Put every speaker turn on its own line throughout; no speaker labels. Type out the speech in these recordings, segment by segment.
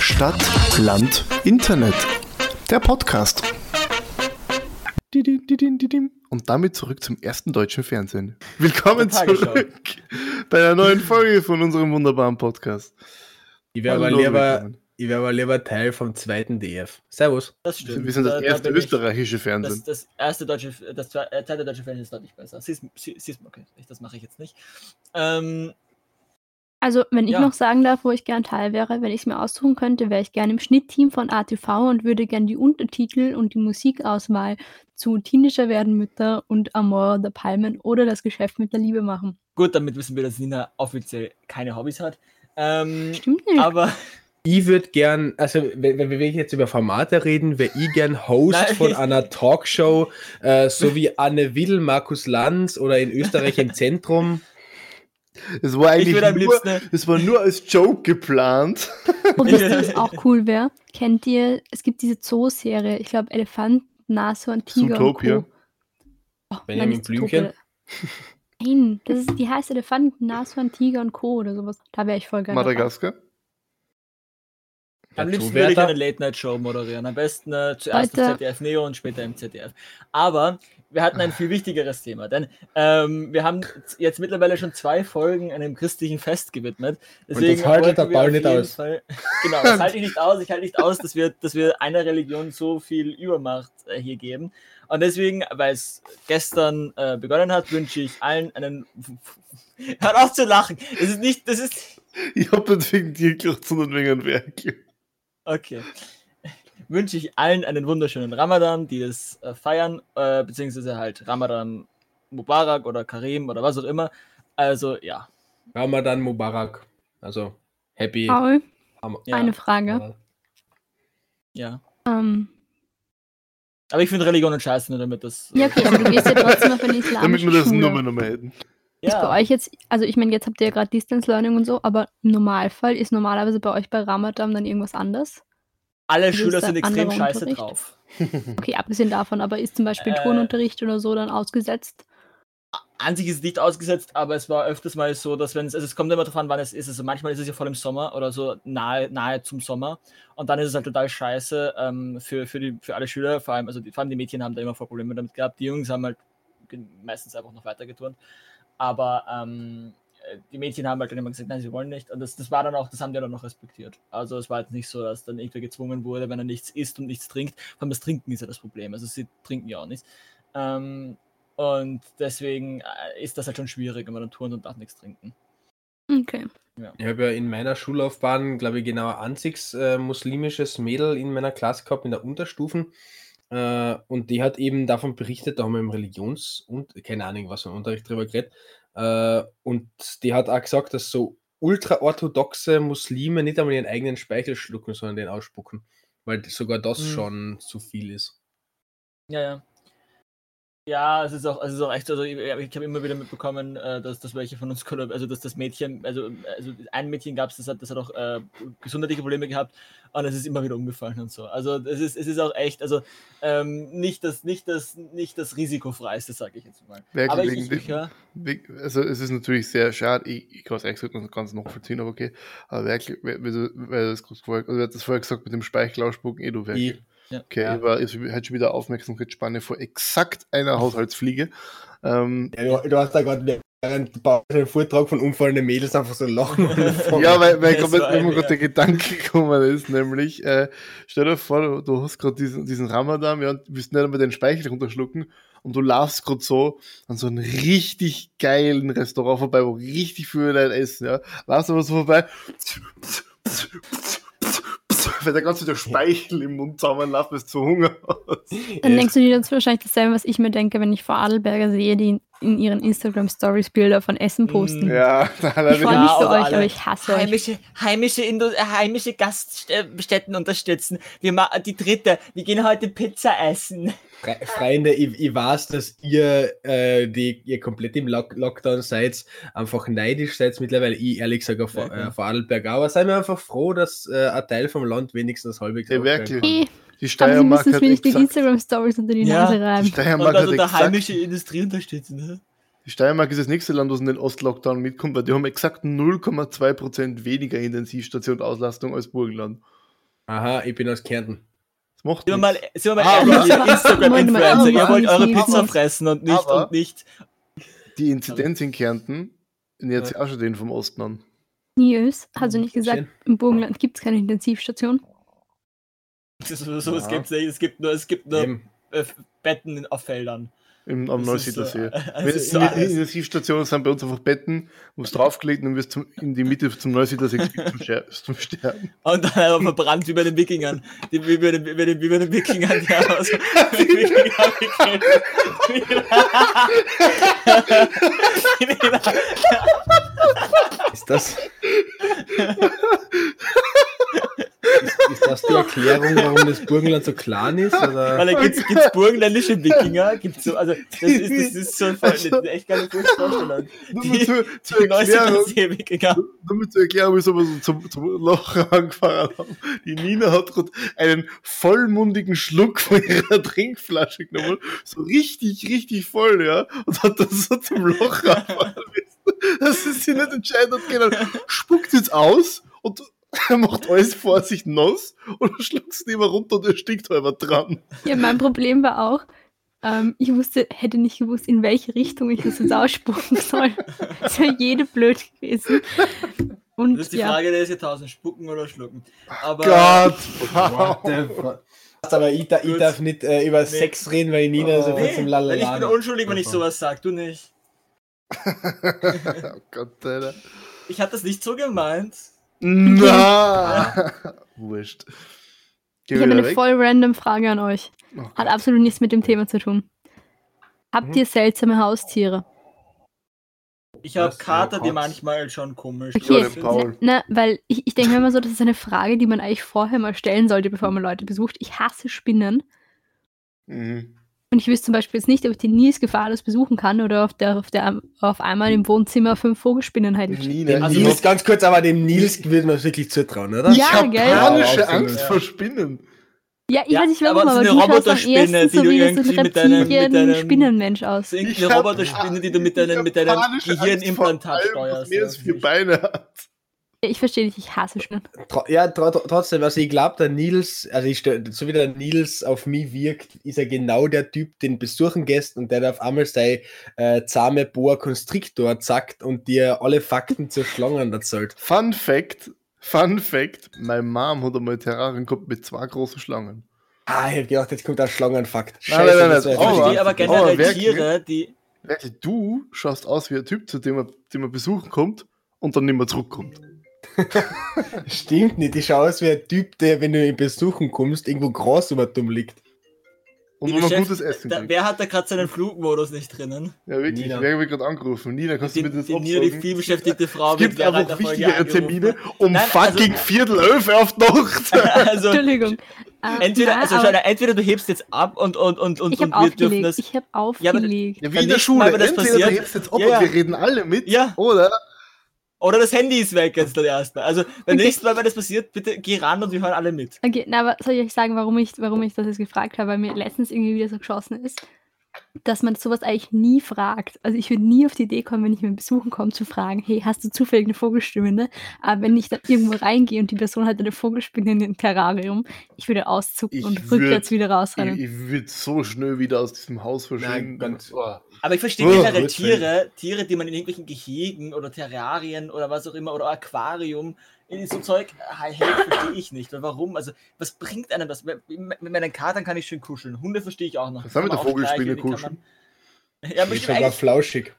Stadt, Land, Internet. Der Podcast. Didim, didim, didim. Und damit zurück zum ersten deutschen Fernsehen. Willkommen
Der Tagesschau.
zurück bei einer neuen Folge von unserem wunderbaren Podcast.
Ich wäre aber,
Hallo,
lieber-
willkommen.
ich wär aber lieber Teil vom zweiten DF. Servus.
Das stimmt.
Also, wir sind das
Da- da
erste
bin ich-
österreichische
Das,
Fernsehen.
das erste deutsche, das zwe- äh, zweite deutsche Fernsehen ist deutlich besser. Siehst du, okay, ich- das mache ich jetzt nicht. Ähm,
Also, wenn ich
Ja.
noch sagen darf, wo ich gern Teil wäre, wenn ich es mir aussuchen könnte, wäre ich gern im Schnittteam von ATV und würde gern die Untertitel und die Musikauswahl zu Teenager werden Mütter und Amor der Palmen oder das Geschäft mit der Liebe machen.
gut, damit wissen wir, dass Nina offiziell keine Hobbys hat. Ähm,
Stimmt nicht.
aber
Ich würde gern, also wenn, wenn wir wirklich jetzt über Formate reden, wäre ich gern Host
Nein.
von einer Talkshow, äh, so wie Anne Will, Markus Lanz oder in Österreich im Zentrum.
Es war
ich
eigentlich
würde am
nur,
liebsten.
es war nur als Joke geplant.
Und wisst ihr, was auch cool wäre? Kennt ihr, es gibt diese Zoo-Serie, ich glaube Elefant, Nashorn, Tiger
Zootopia.
und Co. Oh,
Benjamin
nein, nicht Zootopia.
Blümchen?
Nein, das ist, die heißt Elefant, Nashorn, Tiger und Co. oder sowas. Da wäre ich voll gerne. dabei.
Madagaskar.
Am
Dazu
liebsten würde ich
wär
eine
da-
Late-Night-Show moderieren. Am besten äh, zuerst im
Leute.
ZDF Neo und später im ZDF. Aber wir hatten ein viel wichtigeres Thema, denn ähm, wir haben z- jetzt mittlerweile schon zwei Folgen einem christlichen Fest gewidmet.
das
Deswegen
haltet der
wollten wir
Paul
auf
nicht
jeden
aus.
Fall- genau, das halte ich nicht aus. Ich halte nicht aus, dass wir, dass wir einer Religion so viel Übermacht äh, hier geben. Und deswegen, weil es gestern äh, begonnen hat, wünsche ich allen einen. Hört auf zu lachen! Es ist nicht. Das ist.
Ich hab nicht wegen dir gelacht, sondern wegen einem Werk.
Okay. Wünsche ich allen einen wunderschönen Ramadan, die das äh, feiern, äh, beziehungsweise halt Ramadan Mubarak oder Karim oder was auch immer. Also ja.
Ramadan Mubarak. Also, happy.
Paul,
Ram-
ja
eine Frage.
ja.
Ähm,
Aber ich finde Religionen scheiße, nur damit das. äh,
ja, okay, aber du gehst ja trotzdem auf eine islamische
Damit wir das
Schule.
Nummer nochmal hätten.
Ist bei euch jetzt, also ich meine, jetzt habt ihr ja gerade Distance Learning und so, aber im Normalfall ist normalerweise bei euch bei Ramadan dann irgendwas anders.
alle
ist
Schüler
da
sind extrem
anderer
scheiße
Unterricht?
drauf.
Hm.
Okay, abgesehen davon, aber ist zum Beispiel
Äh.
Turnunterricht oder so dann ausgesetzt?
An sich ist es nicht ausgesetzt, aber es war öfters mal so, dass wenn es, also es kommt immer darauf an, wann es ist. Also manchmal ist es ja voll im Sommer oder so nahe, nahe zum Sommer. Und dann ist es halt total scheiße ähm, für, für, die, für alle Schüler, vor allem, also die, vor allem die Mädchen haben da immer voll Probleme damit gehabt. Die Jungs haben halt ge- meistens einfach noch weiter geturnt. Aber ähm, äh, die Mädchen haben halt dann immer gesagt, nein, sie wollen nicht. Und das, das war dann auch, das haben die dann noch respektiert. Also es war jetzt nicht so, dass dann irgendwer gezwungen wurde, wenn er nichts isst und nichts trinkt. Vor allem das Trinken ist ja das Problem. Also sie trinken ja auch nichts. Ähm, und deswegen äh, ist das halt schon schwierig, wenn man dann turnt und darf nichts trinken.
Okay.
Ich habe ja in meiner Schullaufbahn, glaube ich, genau ein einziges äh, muslimisches Mädel in meiner Klasse gehabt, in der Unterstufen. Äh, und die hat eben davon berichtet, da haben wir im Religions- und keine Ahnung, was im Unterricht drüber geredet. Äh, und die hat auch gesagt, dass so ultraorthodoxe Muslime nicht einmal ihren eigenen Speichel schlucken, sondern den ausspucken. Weil sogar das
Mhm.
schon zu viel ist.
Ja, ja. Ja, es ist auch, es ist auch echt, also ich, ich habe immer wieder mitbekommen, äh, dass, dass welche von uns, kollab- also dass das Mädchen, also, also ein Mädchen gab es, das hat, das hat auch äh, gesundheitliche Probleme gehabt und es ist immer wieder umgefallen und so. Also es ist, es ist auch echt, also ähm, nicht das, nicht das, nicht das risikofreiste, sage ich jetzt mal.
Wirklich,
Aber ich,
wegen
ich, ich
dem-
höre,
Weg- Also es ist natürlich sehr schade, ich, ich kann es ehrlich gesagt nicht ganz nachvollziehen, aber okay. Aber wirklich, wer, wer, du- wer das kurz vorher, also wer hat das vorher gesagt mit dem Speichel ausspucken, eh du
Ich,
Werke. Okay,
ja.
ich war ich hatte schon wieder Aufmerksamkeitsspanne vor exakt einer Haushaltsfliege. Ähm,
du, hast da gerade während dem Vortrag von umfallenden Mädels einfach so lachen.
ja, weil, weil
Das
komplett
war
immer
ein-
gerade der Gedanke gekommen ist, nämlich, äh, stell dir vor, du, du hast gerade diesen, diesen Ramadan, ja, und willst nicht einmal den Speichel runterschlucken und du laufst gerade so an so einem richtig geilen Restaurant vorbei, wo richtig viele Leute essen, ja. Laufst aber so vorbei, weil der ganze der Speichel im Mund zusammenläuft, weil du zu Hunger hast.
Dann denkst du dir jetzt wahrscheinlich dasselbe, was ich mir denke, wenn ich Frau Adelberger sehe, die in, in ihren Instagram-Stories Bilder von Essen
Mm, genau
posten.
Ja, da hat er
Ich freue
wieder-
mich
Ja,
für euch,
aber alle-
aber ich hasse euch.
Heimische, heimische, Indo äh, heimische Gaststätten unterstützen. Wir ma die dritte, wir gehen heute Pizza essen.
Fre- Freunde, ich, ich weiß, dass ihr, äh, die ihr komplett im Lock Lockdown seid, einfach neidisch seid mittlerweile. Ich ehrlich gesagt auf,
Ja,
äh, auf Adelberg, aber seid mir einfach froh, dass äh, ein Teil vom Land wenigstens halbwegs.
Ja,
aufgeht.
wirklich.
Hey,
Die
aber sie
Steiermark
müssen
hat
es mir nicht die
exakt,
Instagram-Stories unter die
Ja.
Nase
die
reiben.
Steiermark
Und
hat
also der
exakt
heimische Industrie unterstützen. Ne?
Die Steiermark ist das nächste Land, was in den Ostlockdown mitkommt, weil die haben exakt 0,2% weniger Intensivstation Auslastung als Burgenland.
Aha, ich bin aus Kärnten.
Das macht
Sind wir mal,
nichts.
sind wir mal
Aber-
ehrlich, ihr
Aber-
Instagram-Influencer, ihr
aber-
wollt eure
aber-
Pizza
aber-
fressen und nicht,
aber-
und nicht.
Die Inzidenz in Kärnten nähert sich auch schon den vom Osten an.
Nils, hast du nicht
Hm,
gesagt,
Schön.
im Burgenland gibt es keine Intensivstation?
So, so, es
Ja.
gibt's nicht, es gibt nur, es gibt nur
Eben.
äh, Betten auf Feldern.
Im, am
Das ist, äh,
Neusiedlersee.
also
Wenn-
ist
in-
so
in-
alles.
Intensivstationen sind bei uns einfach Betten, wo es draufgelegt und wirst zum, in die Mitte zum Neusiedlersee geschickt zum, Scher- zum Sterben.
Und dann einfach verbrannt wie bei den Wikingern. Die, wie, bei den, wie, bei den, wie bei den Wikingern, also, die haben so die Wikinger wickeln.
Ist das. ist, ist das die Erklärung, warum das Burgenland so klein ist? Oder?
Weil da gibt's, gibt's burgenländische Wikinger, gibt's so, also das ist, das ist schon voll, das ist echt keine Vorstellung.
Nur
Die-
mal zur, zur
Die
Erklärung,
Neusiedlersee-Wikinger.
nur mal zur Erklärung, wieso wir so zum, zum Loch angefahren haben. Die Nina hat gerade einen vollmundigen Schluck von ihrer Trinkflasche genommen, so richtig, richtig voll, ja, und hat das so zum Loch angefahren. Das ist sie nicht entscheidend genau. Spuckt jetzt aus und macht alles vor sich nass und schluckt es nicht mehr runter und erstickt halber dran.
Ja, mein Problem war auch, ähm, ich wusste, hätte nicht gewusst, in welche Richtung ich das jetzt ausspucken soll. Das wäre jede blöd gewesen. Und
Das ist die
ja,
Frage des Jahrtausends, spucken oder schlucken. Aber
Gott,
What
wow.
the fuck? Aber ich, da, ich
Gut.
darf nicht äh, über
Nee.
Sex reden, weil ich Nina so viel
nee,
zum
weil ich bin
Lalala.
unschuldig, wenn ich sowas sag, du nicht.
oh Gott, Alter.
Ich hatte das nicht so gemeint.
Na! Wurscht. Geh
ich habe
wieder
eine
weg.
voll random Frage an euch.
Oh
Hat
Gott.
absolut nichts mit dem Thema zu tun. Habt
Mhm.
ihr seltsame Haustiere?
Ich habe
Was?
Kater, die
Katz.
manchmal schon komisch
Ja,
Okay,
den
sind.
Paul.
na, Ne, weil ich, ich denke mir immer so, das ist eine Frage, die man eigentlich vorher mal stellen sollte, bevor man Leute besucht. Ich hasse Spinnen.
Mhm.
Und ich wüsste zum Beispiel jetzt nicht, ob ich den Nies gefahrlos besuchen kann oder auf der, auf der auf einmal im Wohnzimmer fünf Vogelspinnen halt.
Nina,
Dem
Also
Nils,
ich-
ganz kurz, aber dem Nils würde man wirklich zutrauen, oder?
ich
Ja,
habe
gell?
panische
Ja,
Angst
absolut.
vor Spinnen.
Ja, ich
Ja,
weiß nicht warum,
aber
aber,
es ist
du
eine
schaust am
Roboterspinne,
ersten so
die du
wie so
irgendwie
ein
mit deinem- mit deinem-
Reptilien-Spinnenmensch
Das
aus.
ist
Ich
irgendeine
hab-
Roboterspinne, die du mit
Ich
deinem,
hab
mit deinem
panische Angst vor
Gehirnimplantat
allem, Was
steuerst.
mir das
oder?
für Beine hat.
Ich verstehe dich, ich hasse Spinnen.
Tro ja, tro tro- trotzdem, also ich glaube, der Nils, also ich stell, so wie der Nils auf mich wirkt, ist er genau der Typ, den besuchen gehst und der da auf einmal sein äh, zahme Boa Constrictor zackt und dir alle Fakten zur Schlangen erzählt.
Fun Fact. Fun Fact, mein Mom hat einmal ein Terrarium gehabt mit zwei großen Schlangen.
Ah, ich hab gedacht, jetzt kommt ein Schlangenfakt.
Nein, nein, nein,
das
nein,
war
Ich
jetzt-
Aua.
verstehe Oh, aber generell
Aua, wer-
Tiere, die.
Wirklich, Du schaust aus wie ein Typ, zu dem man, den man besuchen kommt und dann nicht mehr zurückkommt.
Stimmt nicht, ich schaue aus wie ein Typ, der, wenn du ihn besuchen kommst, irgendwo groß über dumm liegt.
Und
die
wo man
beschäft-
Um gutes Essen
Da,
kriegt.
wer hat da gerade seinen Flugmodus nicht drinnen?
Ja, wirklich.
Nina.
Wer wird gerade angerufen? Nina, kannst
Die,
du mir das
die, mir die
absagen?
vielbeschäftigte Frau
Es gibt
wird während
einfach
der Folge
wichtigere
angerufen.
Termine um
Nein, also-
fucking Viertel elf auf die Nacht.
Also,
Entschuldigung. Ähm,
entweder,
na,
also,
aber
Joanna, entweder du hebst jetzt ab und, und, und, und,
ich
und
habe
wir dürfen
aufgelegt.
das.
Ich
Ja,
habe
aber-
aufgelegt.
Ja, wie
Beim
in der
nächsten Mal,
Schule.
wenn das
Entweder du
passiert-
hebst jetzt ab
Ja, ja.
und wir reden alle mit,
Ja.
oder?
Oder das Handy ist weg jetzt dann erstmal. Also beim
Okay.
nächsten Mal, wenn das passiert, bitte geh ran und wir hören alle mit.
Okay, na, aber soll ich euch sagen, warum ich, warum ich das jetzt gefragt habe, weil mir letztens irgendwie wieder so geschossen ist, dass man sowas eigentlich nie fragt. Also ich würde nie auf die Idee kommen, wenn ich mir besuchen komme, zu fragen, hey, hast du zufällig eine Vogelstimme? Ne? Aber wenn ich dann irgendwo reingehe und die Person hat eine Vogelspinne in dem Terrarium, ich würde auszucken
Ich
und
würd-
rückwärts wieder
Ich,
rausrennen.
ich würde so schnell wieder aus diesem Haus verschwinden.
Nein, ganz, oh.
Aber ich verstehe
Oh,
generell
gut,
Tiere, Tiere, die man in irgendwelchen Gehegen oder Terrarien oder was auch immer oder Aquarium in so Zeug hält, verstehe ich nicht. Weil warum? Also, was bringt einem das? Mit mit meinen Katern kann ich schön kuscheln. Hunde verstehe ich auch noch.
Was haben wir
Kann
mit
man
der
auch
Vogelspinne
streicheln, die kann man- Ja, aber
ich
ich
schon mal
eigentlich,
flauschig.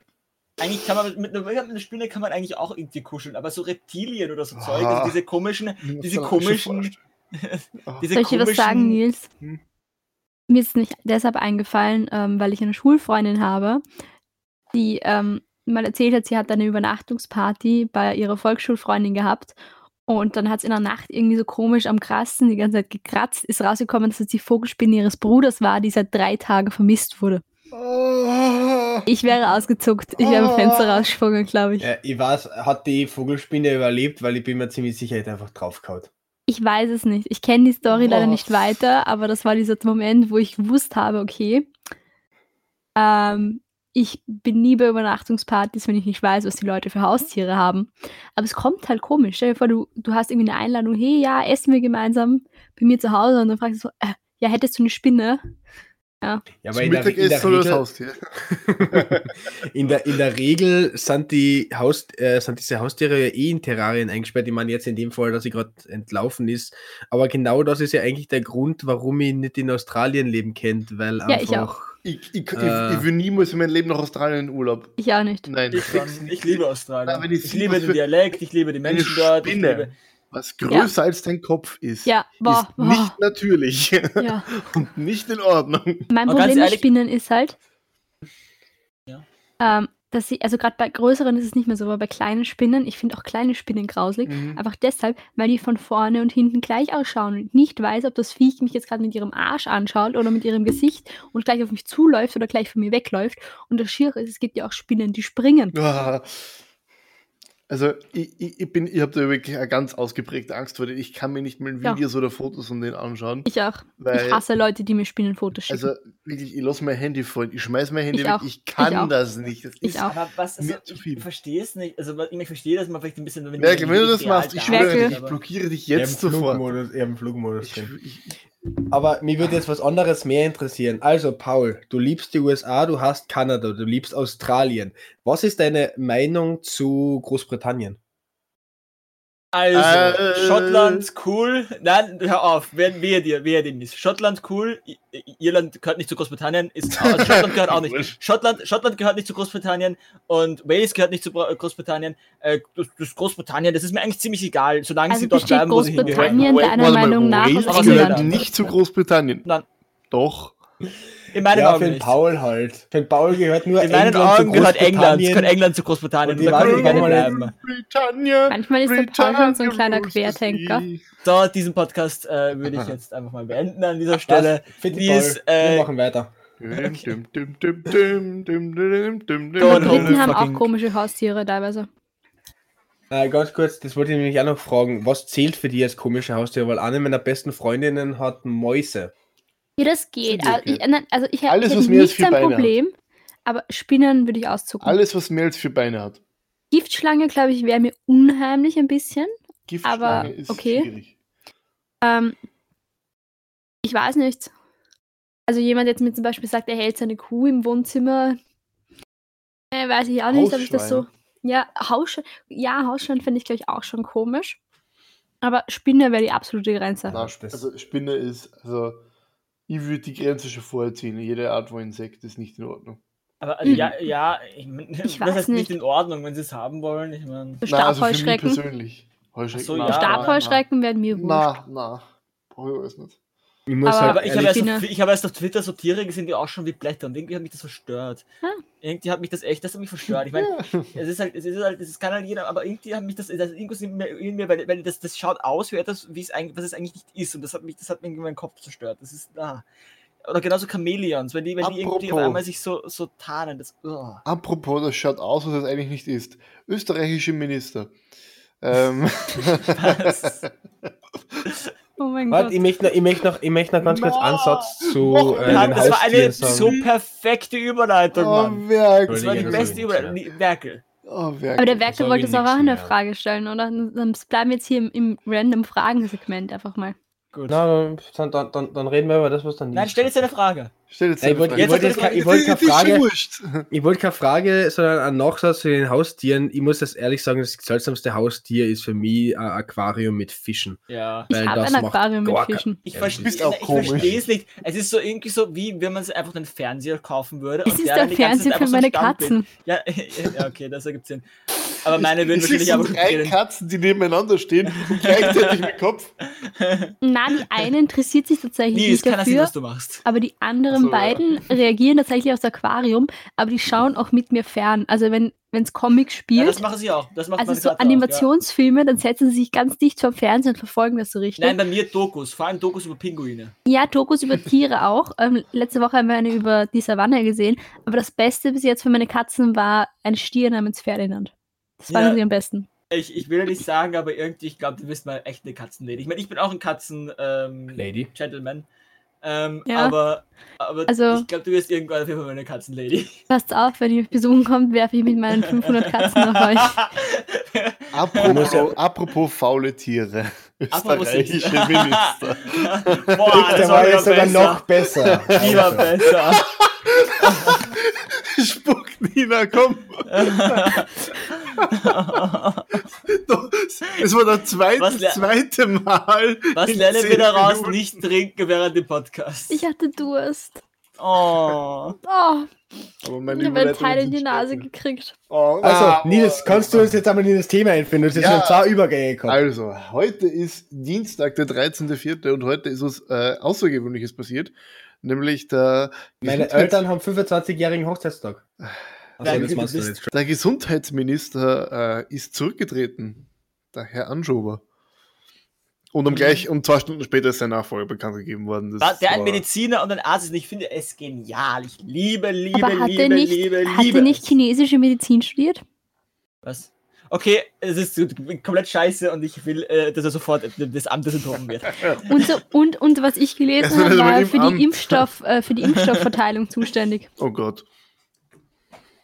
eigentlich kann man mit, mit einer Spinne kann man eigentlich auch irgendwie kuscheln, aber so Reptilien oder so
Ah.
Zeug, also diese komischen,
Mir
diese
muss man schon
komischen-
vorstellen. Ah,
diese
Soll ich dir was sagen,
komischen
Nils?
Hm?
Mir ist nicht deshalb eingefallen, ähm, weil ich eine Schulfreundin habe, die ähm, mal erzählt hat, sie hat eine Übernachtungsparty bei ihrer Volksschulfreundin gehabt. Und dann hat sie in der Nacht irgendwie so komisch am Krassen die ganze Zeit gekratzt, ist rausgekommen, dass es die Vogelspinne ihres Bruders war, die seit drei Tagen vermisst wurde.
Ah,
Ich wäre ausgezuckt. Ich wäre am
Oh.
Fenster rausgesprungen, glaube ich.
Äh, ich weiß, hat die Vogelspinne überlebt, weil ich bin mir ziemlich sicher, ich hätte einfach draufgehaut.
Ich weiß es nicht. Ich kenne die Story leider
Oh.
nicht weiter, aber das war dieser Moment, wo ich gewusst habe, okay, ähm, Ich bin nie bei Übernachtungspartys, wenn ich nicht weiß, was die Leute für Haustiere haben. Aber es kommt halt komisch. Stell dir vor, du, du hast irgendwie eine Einladung, hey, ja, essen wir gemeinsam bei mir zu Hause. Und dann fragst du so, äh, ja, hättest du eine Spinne? Ja.
Ja, aber
Zum
in der,
Mittag
in,
ist
der
so das
Regel,
Haustier.
in, der, in der Regel sind, die Haus, äh, sind diese Haustiere ja eh in Terrarien eingesperrt. Ich meine jetzt in dem Fall, dass sie gerade entlaufen ist. Aber genau das ist ja eigentlich der Grund, warum ich nicht in Australien leben kennt, weil
Ja, ich
einfach.
Ich, ich, ich,
Äh.
ich will niemals in meinem Leben nach Australien in den Urlaub.
Ich auch nicht.
Nein,
Ich,
fix
schon, ich
nicht.
liebe
Nein,
Australien.
wenn ich
Ich,
sehe,
liebe
was
den
für-
Dialekt, ich liebe die
Eine
Menschen dort. Ich liebe,
Spinne, was größer als dein Kopf ist,
Ja, boah,
ist
boah,
nicht natürlich
ja.
und nicht in Ordnung.
Mein
Aber ganz
Problem mit
ehrlich-
Spinnen ist halt,
Ja.
ähm, dass sie, also gerade bei größeren ist es nicht mehr so, aber bei kleinen Spinnen, ich finde auch kleine Spinnen grauselig.
Mhm.
Mhm.
Einfach deshalb, weil die von vorne und hinten gleich ausschauen und ich nicht weiß, ob das Viech mich jetzt gerade mit ihrem Arsch anschaut oder mit ihrem Gesicht und gleich auf mich zuläuft oder gleich von mir wegläuft. Und das Schiere ist, es gibt ja auch Spinnen, die springen.
Ah. Also ich, ich, ich bin, ich habe da wirklich eine ganz ausgeprägte Angst vor denen. Ich kann mir nicht mal
Ja.
Videos oder Fotos von denen anschauen.
Ich auch.
Weil-
ich hasse Leute, die mir Spinnenfotos schicken.
Also wirklich, ich lasse mein Handy fallen, ich schmeiß mein Handy
Ich
weg,
auch.
ich
Ich
kann
auch.
das nicht. Das
Ich
ist
auch.
Aber was, also,
Mir zu viel.
ich verstehe es nicht. Also, was- ich verstehe, dass man vielleicht ein bisschen. Wenn
Merkel, wenn du das machst, ich
Merkel.
schwöre, dich, ich
aber-
blockiere dich
eher im
jetzt sofort.
Flugmodus, eher im Flugmodus
Ich,
drin.
ich,
Aber mir würde jetzt was anderes mehr interessieren. Also, Paul, du liebst die USA, du hast Kanada, du liebst Australien. Was ist deine Meinung zu Großbritannien?
Also,
Äh.
Schottland cool. Nein, hör auf, wer, wer dir, wer dem ist. Schottland cool, I I- Irland gehört nicht zu Großbritannien, ist also Schottland gehört auch nicht.
Wurscht.
Schottland, Schottland gehört nicht zu Großbritannien und Wales gehört nicht zu Bro- Großbritannien. Äh, das, das Großbritannien, das ist mir eigentlich ziemlich egal, solange
Also
sie dort
besteht
bleiben, wo sie hingehören.
Großbritannien
Wait,
deiner
warte mal,
Meinung nach
Wales
aus
Aber
gehört
England?
England?
nicht zu Großbritannien.
Nein.
Doch.
In meinen
ja, für
Augen
den
nicht.
Paul halt. Für den Paul gehört nur
In meinen
England zu
Augen gehört England,
Großbritannien.
gehört England zu Großbritannien.
Und die
da können
Wahl
wir gerne
gewonnen.
bleiben.
Britannien.
Manchmal ist der Paul schon so ein kleiner Querdenker.
So, diesen Podcast äh, würde ich jetzt einfach mal beenden an dieser
Das
Stelle.
für den
Die
Paul.
ist, äh,
Wir machen weiter.
Aber
Don't
die
hold
Briten
me
haben auch
fucking-
komische Haustiere teilweise.
Äh, ganz kurz, das wollte ich nämlich auch noch fragen. Was zählt für dich als komische Haustier? Weil eine meiner besten Freundinnen hat Mäuse.
Ja, das geht.
Sind
Also
die
ich, nein, also ich, hab-
Alles,
ich
was
hätte
mehr als
nichts
vier
ein
Beine hat.
Problem, aber Spinnen würde ich auszucken.
Alles, was mehr als vier Beine hat.
Giftschlange, glaube ich, wäre mir unheimlich ein bisschen.
Giftschlange
Aber
ist
okay.
schwierig.
Ähm, ich weiß nicht. Also jemand jetzt mir zum Beispiel sagt, er hält seine Kuh im Wohnzimmer. Äh, weiß ich auch nicht, ob ich das so.
Hausschwein.
Ja, Hausschwein, ja, Hausschwein finde ich, glaube ich, auch schon komisch. Aber Spinne wäre die absolute Grenze.
Na,
Das-
also Spinne ist, also ich würde die Grenze schon vorher ziehen. Jede Art von Insekt ist nicht in Ordnung.
Aber also,
Mhm.
ja, ja, ich, mein,
Ich
das
weiß
heißt
nicht.
nicht in Ordnung, wenn sie es haben wollen. Ich meine,
So
Nein, also für mich
Stabheuschrecken.
persönlich. Heuschrecken.
Ach so,
nein,
ja.
Stabheuschrecken wären mir wurscht.
Na, na. Brauche ich alles nicht.
Ich muss halt
Aber-
aber ich habe, erst
Spinne.
auf, ich habe erst auf Twitter so Tiere gesehen, die auch schon wie Blätter und irgendwie hat mich das verstört.
Ah.
Irgendwie hat mich das echt, das hat mich verstört. Ich meine, es ist halt, es ist halt, es kann halt jeder, aber irgendwie hat mich das, das irgendwas in mir, in mir weil, weil das, das schaut aus wie etwas, wie es eigentlich, was es eigentlich nicht ist und das hat mich, das hat mir irgendwie meinen Kopf zerstört. Das ist, ah. Oder genauso Chamäleons, wenn die, wenn die irgendwie auf
Apropos.
einmal sich so, so tarnen, das, oh.
Apropos, das schaut aus, was es eigentlich nicht ist. Österreichische Minister. Ähm,
Was?
Oh mein
Warte, ich
Gott.
möchte noch, ich möchte noch, ich möchte noch ganz kurz
Na,
Ansatz zu
noch
äh,
mehr.
Mann,
den
das war eine
Haustieren
so
sagen.
perfekte Überleitung,
oh,
Mann. Das
Werk.
war die
Entschuldigung,
beste
Entschuldigung,
Überleitung. Die Merkel.
Oh,
Aber
Werk.
der
sag
Werke
ich
wollte es auch
nix
eine
mehr.
Frage stellen, oder? Dann bleiben wir jetzt hier im, im random Fragensegment einfach mal.
Gut.
Na, dann, dann, dann, dann reden wir über das, was dann
Nein,
nicht
stell jetzt eine Frage.
Stell jetzt
Ey,
eine
wollt-
Frage.
ich wollte jetzt
Jetzt-
keine- ich wollte keine
Das ist schon
Frage,
wurscht.
ich wollte keine Frage, sondern einen Nachsatz zu den Haustieren. Ich muss das ehrlich sagen, das seltsamste Haustier ist für mich ein Aquarium mit Fischen.
Ja.
Ich
Weil
habe
das
ein
macht
Aquarium mit
gar kein-
Fischen.
Ich
Ja,
verstehe
bist auch komisch.
es nicht. Es ist so irgendwie so, wie wenn man es einfach den Fernseher kaufen würde.
Es ist
der
der
dann die ganze
Fernseher
Zeit
für
einfach so
meine
stand bin.
Katzen.
Ja, ja, okay, das ergibt Sinn. Aber meine
Es
würden wahrscheinlich
sind
aber
drei
schon
Katzen, die nebeneinander stehen und gleichzeitig mit Kopf.
Na, die eine interessiert sich tatsächlich
Nee, es
nicht
kann Also, das nicht,
dafür,
was du machst.
aber die anderen
Ach
äh,
so, ja.
beiden reagieren tatsächlich aufs Aquarium, aber die schauen auch mit mir fern. Also wenn es Comics
Ja,
spielt,
das machen sie auch. Das macht
also
meine
so
Katze auch, ja.
Animationsfilme, dann setzen sie sich ganz dicht vom Fernsehen und verfolgen das so richtig.
Nein, bei mir Dokus. Vor allem Dokus über Pinguine.
Ja, Dokus über Tiere auch. Ähm, letzte Woche haben wir eine über die Savanne gesehen. Aber das Beste bis jetzt für meine Katzen war ein Stier namens Ferdinand. Das war
Ja.
noch sie am besten.
Ich, ich will ja nicht sagen, aber irgendwie, ich glaube, du bist mal echt eine Katzenlady. Ich meine, ich bin auch ein Katzen... Ähm,
Lady.
Gentleman. Ähm,
Ja.
Aber, aber
Also-
ich glaube, du wirst irgendwann auf jeden Fall meine Katzenlady.
Passt auf, wenn ihr mich besuchen kommt, werfe ich mit meinen 500 Katzen auf euch.
Apropos, apropos faule Tiere.
Apropos
Österreichische
Sitz.
Minister.
Boah, Ah, das
der
war
war
wieder
jetzt sogar
besser.
noch besser.
Lieber
Also,
besser.
Spuck, Nina, komm. Es war das zweite,
Was ler-
zweite Mal.
Was
in
lernen
zehn
wir daraus?
Minuten.
Nicht trinken während dem Podcast.
Ich hatte Durst.
oh.
Oh,
Aber
ich
meine
habe einen
Überleitung
Teil in
ist
die Nase
stärker.
gekriegt.
Oh, ah,
also
oh.
Nils, kannst du uns jetzt einmal in das Thema einfinden? Du hast jetzt
Ja.
schon zwei Übergänge gehabt.
Also, heute ist Dienstag, der 13.04. und heute ist was äh, Außergewöhnliches passiert. Nämlich der,
Meine
Gesundheits-
Eltern haben 25-jährigen Hochzeitstag. Also,
Nein,
das
du
machst du
bist-
jetzt schon.
der Gesundheitsminister äh, ist zurückgetreten. Der Herr Anschober. Und um gleich, um zwei Stunden später ist sein Nachfolger bekannt gegeben worden. Das
War Mhm. Ah, der ein
war-
Mediziner und ein Arzt ist. Ich finde es genial. Ich liebe, liebe,
Aber hat er
liebe,
nicht,
liebe,
hat
liebe.
er nicht
es.
chinesische Medizin studiert?
Was? Okay, es ist komplett scheiße und ich will, äh, dass er sofort des Amtes enthoben wird.
Und, so, und, und was ich
Er
gelesen
soll
habe,
das
war
übernehmen,
für
Amt.
die, Impfstoff, äh, für die Impfstoffverteilung zuständig.
Oh Gott.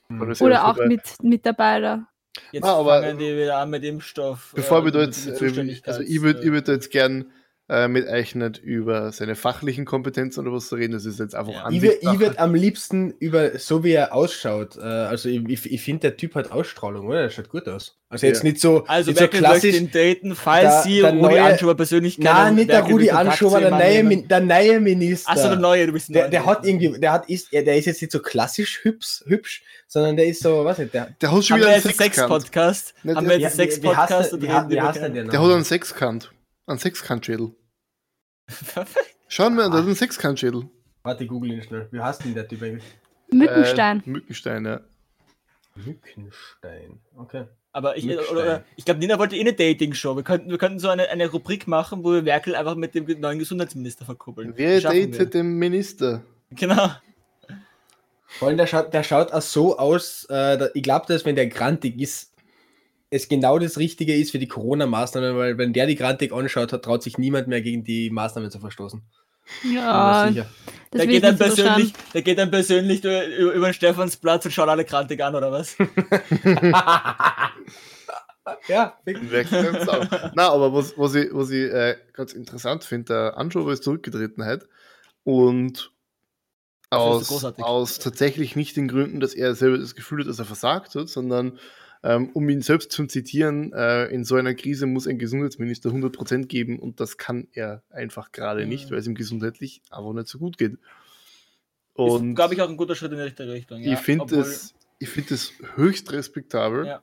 Mhm.
das ist ja
Oder
was
auch
dabei.
mit, mit dabei da.
Jetzt
Ah, aber-
fangen die wieder an mit Impfstoff.
Bevor
äh,
wir da
mit-
jetzt,
mit
äh, also ich
Zuständigkeits-
würde ich würd da jetzt gern äh, mit euch nicht über seine fachlichen Kompetenzen oder was zu reden, das ist jetzt einfach
Ja.
an
Ich
sich
würde
Sache.
am liebsten über
So wie er ausschaut, äh, also ich, ich, ich finde, der Typ hat Ausstrahlung, oder? Der schaut gut aus. Also
Ja.
jetzt nicht so,
Also
nicht so
Merkel möchte
klassisch.
ihn daten, falls
Da-
sie
der
Rudi
neue-
Anschober persönlich
Nein, nicht der Rudi Anschober, der neue, Min-
Minister.
der neue Minister.
Achso, der neue, du bist
der,
neu.
der hat irgendwie, der hat ist, der ist jetzt nicht so klassisch hübsch, hübsch sondern der ist so, was nicht, der,
Der hat schon
Haben
wieder einen
wir jetzt einen
Sexkant.
Sex-Podcast?
Nicht-
Haben wir
Ja,
jetzt einen
wie- wie heißt
Sex-Podcast?
der-
und
wie-
reden
wie
über
heißt der
keinen?
denn?
Der hat einen Sexkant. Einen Sexkantschädel. Schauen wir, der hat einen Sexkantschädel.
Warte, ich google ihn schnell. Wie heißt denn der Typ eigentlich?
Mückenstein.
Äh, Mückenstein, ja.
Mückenstein. Okay.
Aber ich, oder,
Mückstein.
oder, ich glaube, Nina wollte eh eine Dating-Show. Wir könnten, wir könnten so eine, eine Rubrik machen, wo wir Merkel einfach mit dem neuen Gesundheitsminister verkuppeln.
Wer
Schaffen wir.
datet den Minister?
Genau.
Vor allem, der schaut, der schaut auch so aus, äh, da- ich glaube, dass wenn der grantig ist, es genau das Richtige ist für die Corona-Maßnahmen, weil wenn der die grantig anschaut, hat, traut sich niemand mehr gegen die Maßnahmen zu verstoßen. Bin
Äh,
mir
ja,
sicher.
das
der,
will ich
geht dann
nicht so schauen.
persönlich, der geht dann persönlich über, über den Stephansplatz und schaut alle krantig an, oder was?
Ja,
Wer kann's sagen? Na, aber was, was ich, was ich äh, ganz interessant finde, der Anschober ist zurückgetreten halt und
Das findest du
aus,
großartig.
aus tatsächlich nicht den Gründen, dass er selber das Gefühl hat, dass er versagt hat, sondern ähm, um ihn selbst zu zitieren, äh, in so einer Krise muss ein Gesundheitsminister 100% geben und das kann er einfach
Hm.
gerade nicht, weil es ihm gesundheitlich einfach nicht so gut geht.
Ist,
Und
glaube ich, auch ein guter Schritt in die richtige Richtung. Ja.
ich finde
Obwohl-
es, ich find es höchst respektabel.
Ja.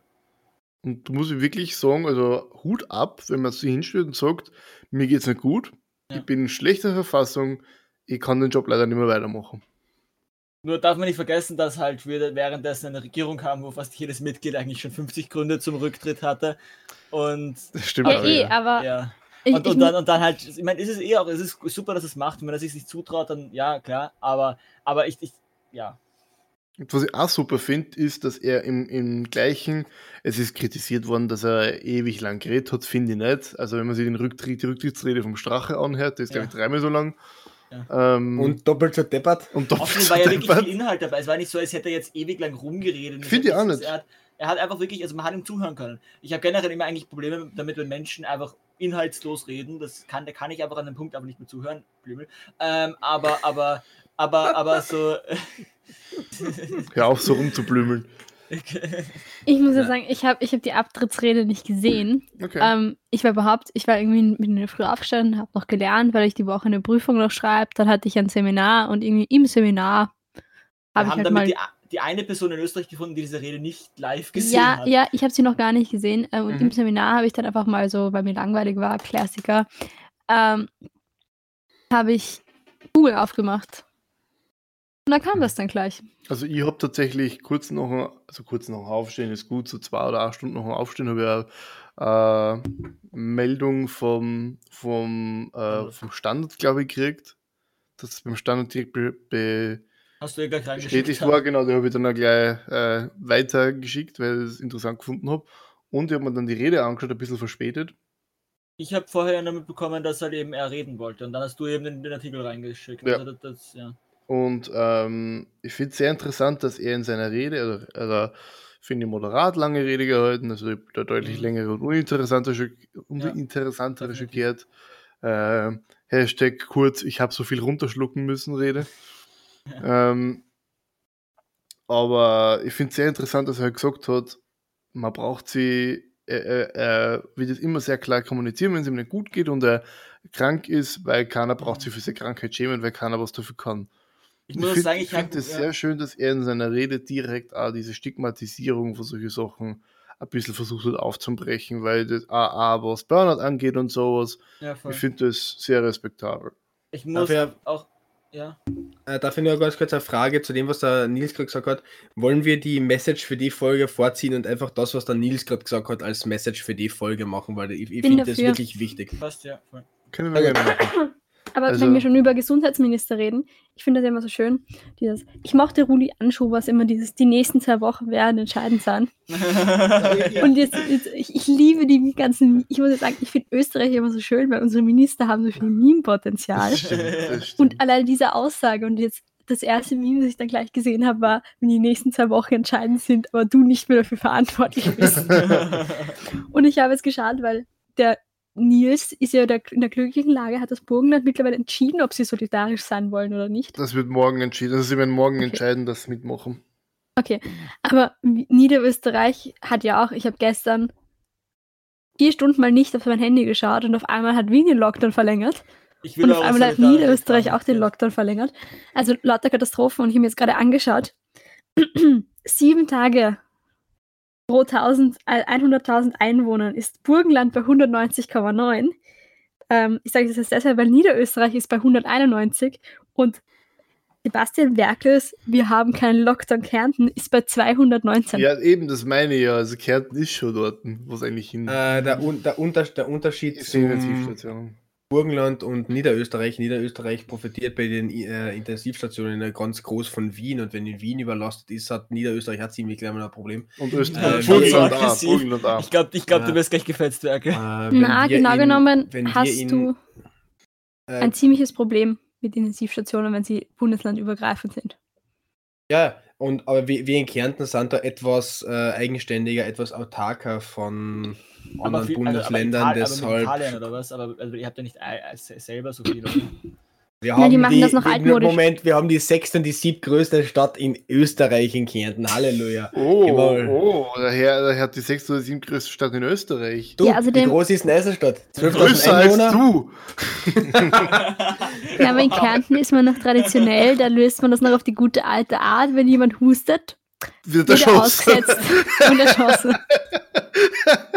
Und da muss ich wirklich sagen, also Hut ab, wenn man sich hinstellt und sagt, mir geht's nicht gut,
Ja.
ich bin in schlechter Verfassung, ich kann den Job leider nicht mehr weitermachen.
Nur darf man nicht vergessen, dass halt wir währenddessen eine Regierung haben, wo fast jedes Mitglied eigentlich schon 50 Gründe zum Rücktritt hatte. Und
Das stimmt
Ja,
auch,
eh,
ja.
aber
ja.
ich,
und,
ich,
und, dann, und dann halt, ich meine, ist es eh auch, es ist super, dass es macht. Und wenn er sich nicht zutraut, dann ja, klar. Aber, aber ich, ich ja.
äh
Und was ich auch super finde, ist, dass er im, im gleichen, es ist kritisiert worden, dass er ewig lang geredet hat, finde ich nicht. Also wenn man sich den Rücktritt, die Rücktrittsrede vom Strache anhört, die ist glaube ich
Ja.
dreimal so lang. Ähm,
und doppelt so deppert.
und doppelt
Außerdem
so
war ja wirklich
deppert.
viel Inhalt dabei. Es war nicht so, als hätte er jetzt ewig lang rumgeredet.
Find ich auch
Es- es-
nicht.
Er hat, er hat einfach wirklich, also man hat ihm zuhören können. Ich habe generell immer eigentlich Probleme damit, wenn Menschen einfach inhaltslos reden. Das kann, da kann ich einfach an dem Punkt aber nicht mehr zuhören. Blümel. Ähm, aber, aber, aber, aber so.
Hör auf, so rumzublümeln.
ich halt muss ja
Ja.
sagen, ich habe ich hab die Abtrittsrede nicht gesehen.
Okay.
Ähm, ich war überhaupt, ich war irgendwie mit in der Früh aufgestanden, habe noch gelernt, weil ich die Woche eine Prüfung noch schreibe. Dann hatte ich ein Seminar und irgendwie im Seminar
Wir
habe ich
haben
halt
damit
mal.
die, die eine Person in Österreich gefunden, die diese Rede nicht live gesehen
ja,
hat.
ja, ich habe sie noch gar nicht gesehen. Äh, und
Mhm.
im Seminar habe ich dann einfach mal so, weil mir langweilig war, Klassiker, ähm, habe ich Google aufgemacht. Und da kam das dann gleich.
Also ich habe tatsächlich kurz nach, dem- also kurz nach dem Aufstehen ist gut, so zwei oder acht Stunden nach dem Aufstehen habe ich eine äh, Meldung vom, vom, äh, vom Standard, glaube ich, gekriegt, dass es beim Standard direkt be be
Hast du ja gleich
bestätigt
reingeschickt.
war. Genau, die habe ich dann auch gleich äh, weitergeschickt, weil ich es interessant gefunden habe. Und ich habe mir dann die Rede angeschaut, ein bisschen verspätet.
Ich habe vorher ja nur mitbekommen, dass halt eben er reden wollte und dann hast du eben den, den Artikel reingeschickt.
Ja.
Also das, das, ja.
Und ähm, ich finde es sehr interessant, dass er in seiner Rede, also, also finde ich moderat lange Rede gehalten, also der deutlich
Mhm.
längere und uninteressantere Stück,
definitiv.
uninteressantere Stück gehört. Äh, Hashtag kurz, ich habe so viel runterschlucken müssen, Rede. ähm, aber ich finde es sehr interessant, dass er halt gesagt hat, man braucht sie, er, er, er wird es immer sehr klar kommunizieren, wenn es ihm nicht gut geht und er krank ist, weil keiner braucht
Mhm.
sich für seine Krankheit schämen, weil keiner was dafür kann.
Ich muss auch
find-
sagen, ich
finde
habe
es sehr schön, dass er in seiner Rede direkt auch diese Stigmatisierung von solchen Sachen ein bisschen versucht hat aufzubrechen, weil das AA, was Burnout angeht und sowas,
ja, voll.
ich finde das sehr respektabel.
ich muss
Dafür-
auch ja.
Äh, darf ich nur ganz kurz eine Frage zu dem, was der Nils gerade gesagt hat? Wollen wir die Message für die Folge vorziehen und einfach das, was der Nils gerade gesagt hat, als Message für die Folge machen? Weil ich, ich
Bin
finde das
dafür.
wirklich wichtig.
Passt ja. Voll.
Können
wir
wir
gerne
gerne machen.
Aber
Also-
wenn wir schon über Gesundheitsminister reden, ich finde das ja immer so schön, dieses, ich mochte Rudi Anschubers immer dieses, die nächsten zwei Wochen werden entscheidend sein. Und jetzt, jetzt ich, ich liebe die ganzen, ich muss jetzt sagen, ich finde Österreich immer so schön, weil unsere Minister haben so viel Meme-Potenzial.
Das stimmt, das stimmt.
Und äh, allein diese Aussage und jetzt das erste Meme, das ich dann gleich gesehen habe, war, wenn die nächsten zwei Wochen entscheidend sind, aber du nicht mehr dafür verantwortlich bist. und ich habe es geschaut, weil der Nils ist ja der, in der glücklichen Lage, hat das Burgenland mittlerweile entschieden, ob sie solidarisch sein wollen oder nicht.
das wird morgen entschieden. Also sie werden morgen
Okay.
entscheiden, dass sie mitmachen.
Aber Niederösterreich hat ja auch, ich habe gestern vier Stunden mal nicht auf mein Handy geschaut und auf einmal hat Wien den Lockdown verlängert
Ich
und auf
auch
einmal hat
solidarisch
Niederösterreich
sein.
auch den Lockdown verlängert. Also lauter Katastrophen und ich habe mir jetzt gerade angeschaut. Sieben Tage pro 1000 äh, 100.000 Einwohnern ist Burgenland bei 190,9. Ähm, ich sage das jetzt deshalb, weil Niederösterreich ist bei 191 und Sebastian Werkes, wir haben keinen Lockdown Kärnten, ist bei 219.
Ja, eben, das meine ich ja. Also Kärnten ist schon dort, wo es eigentlich hin
Äh, der, Un der, Unter der Unterschied
ist.
zum
Intensivstation.
Burgenland und Niederösterreich. Niederösterreich profitiert bei den äh, Intensivstationen ja ganz groß von Wien. Und wenn in Wien überlastet ist, hat Niederösterreich hat ziemlich gleich mal ein Problem.
Und
Äh,
Österreich.
wie
Burgenland auch,
aggressiv.
Burgenland auch.
Ich glaube, ich glaub,
Ja.
du wirst gleich gefetzt,
Äh,
Werke.
wenn
Na,
wir
genau
in-
genommen
wenn wir
hast
in,
du
äh,
ein ziemliches Problem mit Intensivstationen, wenn sie bundeslandübergreifend sind.
Ja, und aber wir, wir in Kärnten sind da etwas äh, eigenständiger, etwas autarker von anderen
viel- also,
Bundesländern,
Italien- aber mit
deshalb.
Italien oder was? Aber also, ihr habt ja nicht äh, äh, selber so viel. oder?
wir
Ja, die machen das noch altmodisch.
Moment, wir haben die sechste und die siebtgrößte Stadt in Österreich in Kärnten. Halleluja. Jawohl.
Oh, oh, daher, daher hat die sechste oder sieben größte Stadt in Österreich.
Du,
Ja, also
wie
dem-
groß ist denn Eiserstadt? 12.000
Größer als
Einwohner?
du.
Ja, aber in Kärnten ist man noch traditionell, da löst man das noch auf die gute alte Art, wenn jemand hustet,
Wird
wird er
erschossen.
ausgesetzt und erschossen.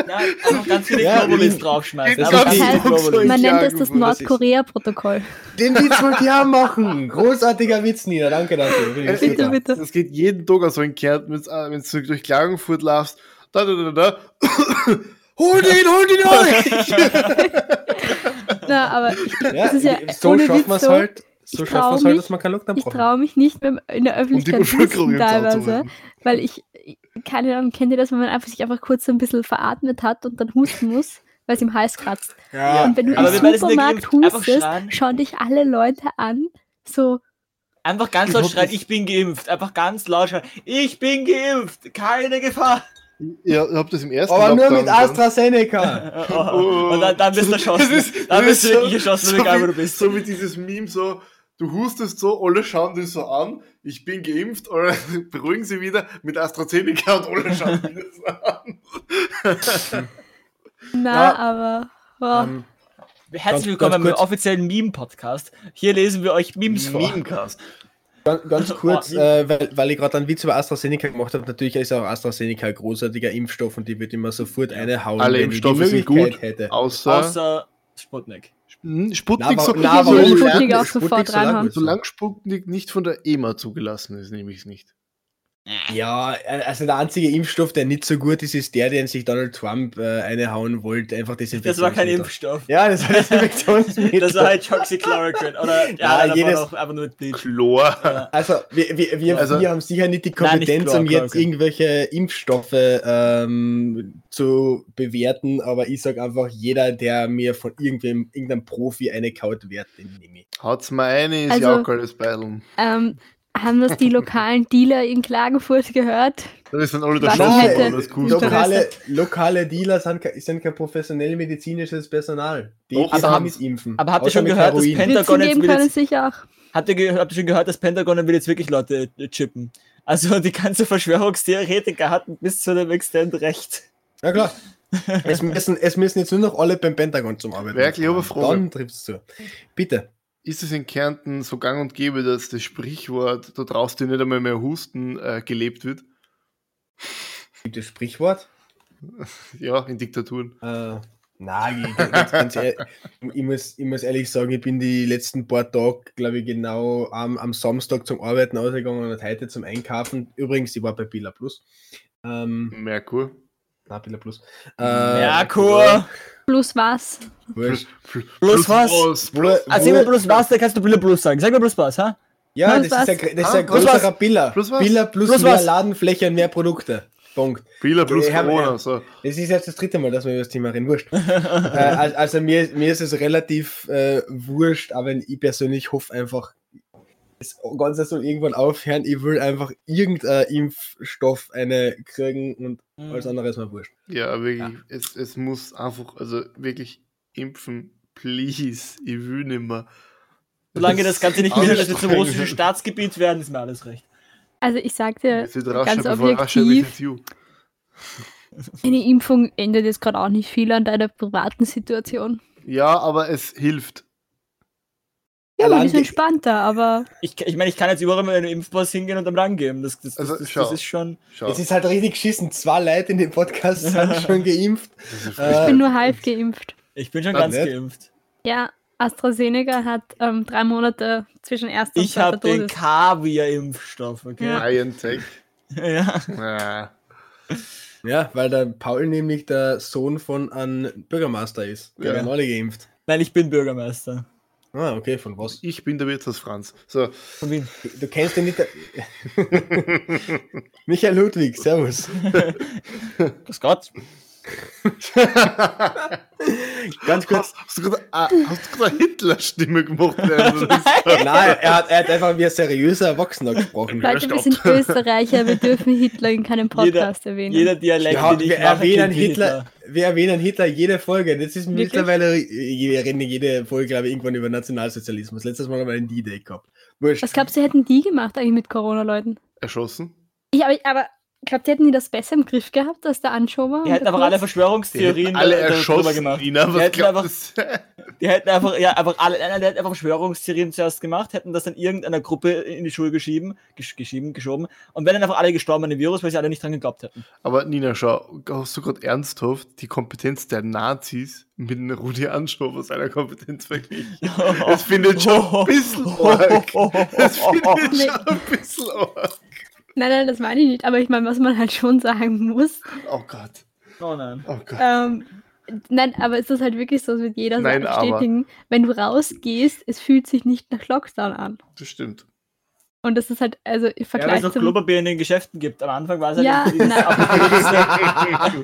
Ja, einfach ganz viele
Ja,
Globulis
in-
draufschmeißen.
in
Einfach ganz
Deutschland
viele
sagst du
Globulis.
Man
Ja,
nennt das das
gut, das ist-
Nordkorea-Protokoll.
Den Witz wollte ich auch machen. Großartiger Witz, Nina. Danke, danke. Wirklich
Bitte,
super.
Äh, bitte.
Äh, Das geht jeden Tag so in Kärnten, wenn du äh, durch Klagenfurt laufst. Da, da, da, da. hol den, hol den euch!
Na, aber ich,
Ja,
Das ist ja
so
ohne
schafft
Witz
man es
so,
halt,
ich
so schafft man es
trau
halt,
mich-
dass man keinen Lockdown
ich
braucht.
traue mich nicht mehr in
um
der
die
Öffentlichkeit zu
Bevölkerung
husten
im Zaun zu
teilweise,
halten.
weil ich, keine Ahnung, kennt ihr das, wenn man einfach sich einfach kurz so ein bisschen veratmet hat und dann husten muss, weil es im Hals kratzt?
Ja,
Und wenn du
aber
im
wir beide sind ja
Supermarkt
geimpft. Einfach
hustest,
schreien.
schauen dich alle Leute an. So,
Einfach ganz laut schreien, ich bin geimpft. Einfach ganz laut schreien, ich bin geimpft. Keine Gefahr.
Ihr habt das im ersten
aber nur
Lockdown
mit
dann.
AstraZeneca.
Oh.
Und dann, dann bist du erschossen.
Das ist-
dann
das
bist du
ist so-
wirklich erschossen,
so
egal
wie-
wo du bist.
So wie dieses Meme, so, du hustest so, alle schauen dich so an, ich bin geimpft, oder beruhigen sie wieder mit AstraZeneca und alle schauen dich so an.
na,
Ja.
aber. oh. boah.
Ähm, Ganz-
Herzlich willkommen
ganz
beim
kurz.
offiziellen Meme-Podcast. Hier lesen wir euch Memes vor.
Memecast.
Ganz, ganz kurz,
Oh,
äh, weil, weil ich gerade einen Witz über AstraZeneca gemacht habe, natürlich ist auch AstraZeneca ein großartiger Impfstoff und die wird immer sofort eine hauen,
Alle
wenn ich
Impfstoffe
die
sind
Möglichkeit
gut,
hätte.
außer,
Außer Sputnik.
Hm, Sputnik
wa-
so,
na, Ich warum? will Sputnik auch
um Sputnik
sofort
so lange
reinhauen.
gut sein?
E Solange Sputnik nicht von der EMA zugelassen ist, nehme ich es nicht.
Ja, also der einzige Impfstoff, der nicht so gut ist, ist der, den sich Donald Trump äh, eine hauen wollte. Einfach
Das war kein
Desinfektionsmittel.
Impfstoff.
Ja, das war Desinfektionsmittel.
Das war halt Hydroxychloroquine. Oder ja,
Ja,
ja
jedes-
jedes, auch einfach nur mit Bleach.
Chlor.
Ja.
Also wir, wir, wir,
Also-
wir haben sicher nicht die
Nein, nicht
Kompetenz,
Chlor,
um
Chlor,
jetzt
okay.
irgendwelche Impfstoffe ähm, zu bewerten, aber ich sage einfach, jeder, der mir von irgendwem, irgendeinem Profi eine Kaut wert, den nehme ich.
Haut's mal eine, ist
Also-
ja auch geiles Beideln.
Ähm, haben das die lokalen Dealer in Klagenfurt gehört?
Da ist dann alle der
Was
Schluss,
hätte-
aber alles cool.
Interesse.
Lokale, lokale Dealer sind, ke- sind kein professionell medizinisches Personal. Die
Doch,
aber
aber
haben
haben-
mit impfen.
aber habt ihr
Außer
schon
mit
gehört, dass
Heroin.
Pen-
Witze
Pentagon jetzt
geben
will
können
jetzt-
sicher auch.
Habt ihr, ge- habt ihr schon gehört, das Pentagon will jetzt wirklich Leute äh, chippen? Also die ganze Verschwörungstheoretiker hatten bis zu dem Extent recht.
Ja klar. es, müssen, es müssen jetzt nur noch alle beim Pentagon zum Arbeiten.
Wirklich, ich habe eine
kommen.
Frage.
Dann trifft es zu. Bitte.
Ist es in Kärnten so gang und gäbe, dass das Sprichwort, da draußen dir nicht einmal mehr husten, äh, gelebt wird?
Gibt es Sprichwort?
Ja, in Diktaturen.
Äh, nein, ich, ganz, ganz ehrlich, ich, muss, ich muss ehrlich sagen, ich bin die letzten paar Tage, glaube ich, genau am, am Samstag zum Arbeiten ausgegangen und heute zum Einkaufen. Übrigens, ich war bei Billa Plus. Ähm,
Merkur.
na, Billa Plus. Äh,
Merkur!
Plus was?
Wurscht.
Plus,
was? also,
Wo-
Erzähl mir
wo-
bloß was, dann kannst du Brille Plus sagen. Sag mir bloß was, ha?
Ja, das
Plus
ist ein,
was?
gr- das ist
Ah,
ein
plus
größerer Billa.
Plus was?
Billa plus,
Plus
mehr
was?
Ladenfläche und mehr Produkte. Punkt.
Billa plus
Ja, aber-
Corona. So.
Das ist jetzt das dritte Mal, dass wir über das Thema reden. Wurscht. äh, al- also mir, mir ist es relativ äh, wurscht, aber ich persönlich hoffe einfach, das Ganze soll irgendwann aufhören. Ich will einfach irgendein Impfstoff eine kriegen und
Mhm. Hm.
alles andere ist mir wurscht.
Ja, wirklich. Es, es muss einfach, also wirklich impfen. Please. Ich will nicht mehr.
Solange das Ganze nicht wieder dass wir zum
Anstrengend.
russischen Staatsgebiet werden, ist mir alles recht.
Also ich sagte,
Es wird
ganz
rascher, bevor rascher wird
objektiv,
es you.
eine Impfung ändert jetzt gerade auch nicht viel an deiner privaten Situation.
Ja, aber es hilft.
Ja, man
Allein
ist
die-
entspannter, aber
Ich, ich meine, ich kann jetzt überall mit einem Impfpass hingehen und am Rang geben. Das, das, das,
Also,
das, das
schau.
ist schon.
Schau.
Es ist halt richtig geschissen. Zwei Leute in dem Podcast sind schon geimpft.
das ist
äh,
ich bin nur halb geimpft.
Ich bin schon
Na,
ganz
nett.
geimpft.
Ja, AstraZeneca hat ähm, drei Monate zwischen erster und
Ich habe
zweiter
den
Dosis.
Kaviar-Impfstoff, okay?
BioNTech.
Ja.
Ah.
Ja, weil der Paul nämlich der Sohn von einem Bürgermeister ist. Der
Ja.
werden alle geimpft.
Nein, ich bin Bürgermeister.
Ah, okay, von was?
Ich bin der Wirtshaus Franz. So,
Von Wien.
Du kennst den nicht. Michael Ludwig, servus.
Grüß Gott.
Ganz kurz.
hast, hast du gerade ah, hast du gerade eine Hitler-Stimme gemacht? Nein.
Nein, er hat, er hat einfach wie ein seriöser Erwachsener gesprochen.
Leute, wir sind Österreicher, wir dürfen Hitler in keinem Podcast erwähnen.
Jeder Dialekt,
Ja,
den ich
wir,
mache,
erwähnen
klingt wie
Hitler, wir erwähnen Hitler jede Folge. Das ist
Wirklich?
mittlerweile, äh, wir reden jede Folge, glaube ich, irgendwann über Nationalsozialismus. Letztes Mal haben wir einen D-Day gehabt. Wurscht.
Was glaubst du, hätten die gemacht eigentlich mit Corona-Leuten?
Erschossen?
Ich, aber, aber glaubt ihr, hätten die das besser im Griff gehabt als der Anschober?
Die hätten einfach alle Verschwörungstheorien
Die hätten alle
da- da- drüber
erschossen.
gemacht.
Nina,
Die
was
hätten
glaubt
einfach,
das?
die hätten einfach, ja, einfach alle, nein, nein, die hätten einfach Verschwörungstheorien zuerst gemacht, hätten das dann irgendeiner Gruppe in die Schule geschieben, gesch geschieben, geschoben und wären dann einfach alle gestorben an dem Virus, weil sie alle nicht dran geglaubt hätten.
Aber Nina, schau, hast du gerade ernsthaft die Kompetenz der Nazis mit einem Rudi Anschau aus seiner Kompetenz verglichen? Es findet schon ein bisschen arg. Es findet
Nee.
schon ein bisschen arg.
Nein, nein, das meine ich nicht. Aber ich meine, was man halt schon sagen muss.
Oh Gott,
Oh nein.
oh Gott.
Ähm, nein, aber es ist halt wirklich so, das wird jeder
Nein,
Sache
aber.
bestätigen. Wenn du rausgehst, es fühlt sich nicht nach Lockdown an.
Das stimmt.
Und das ist halt, also im
Ja, weil es
Vergleich
noch
zum...
Klopapier in den Geschäften gibt. Am Anfang war es halt
Ja,
irgendwie dieses
nein.
abgebrühte-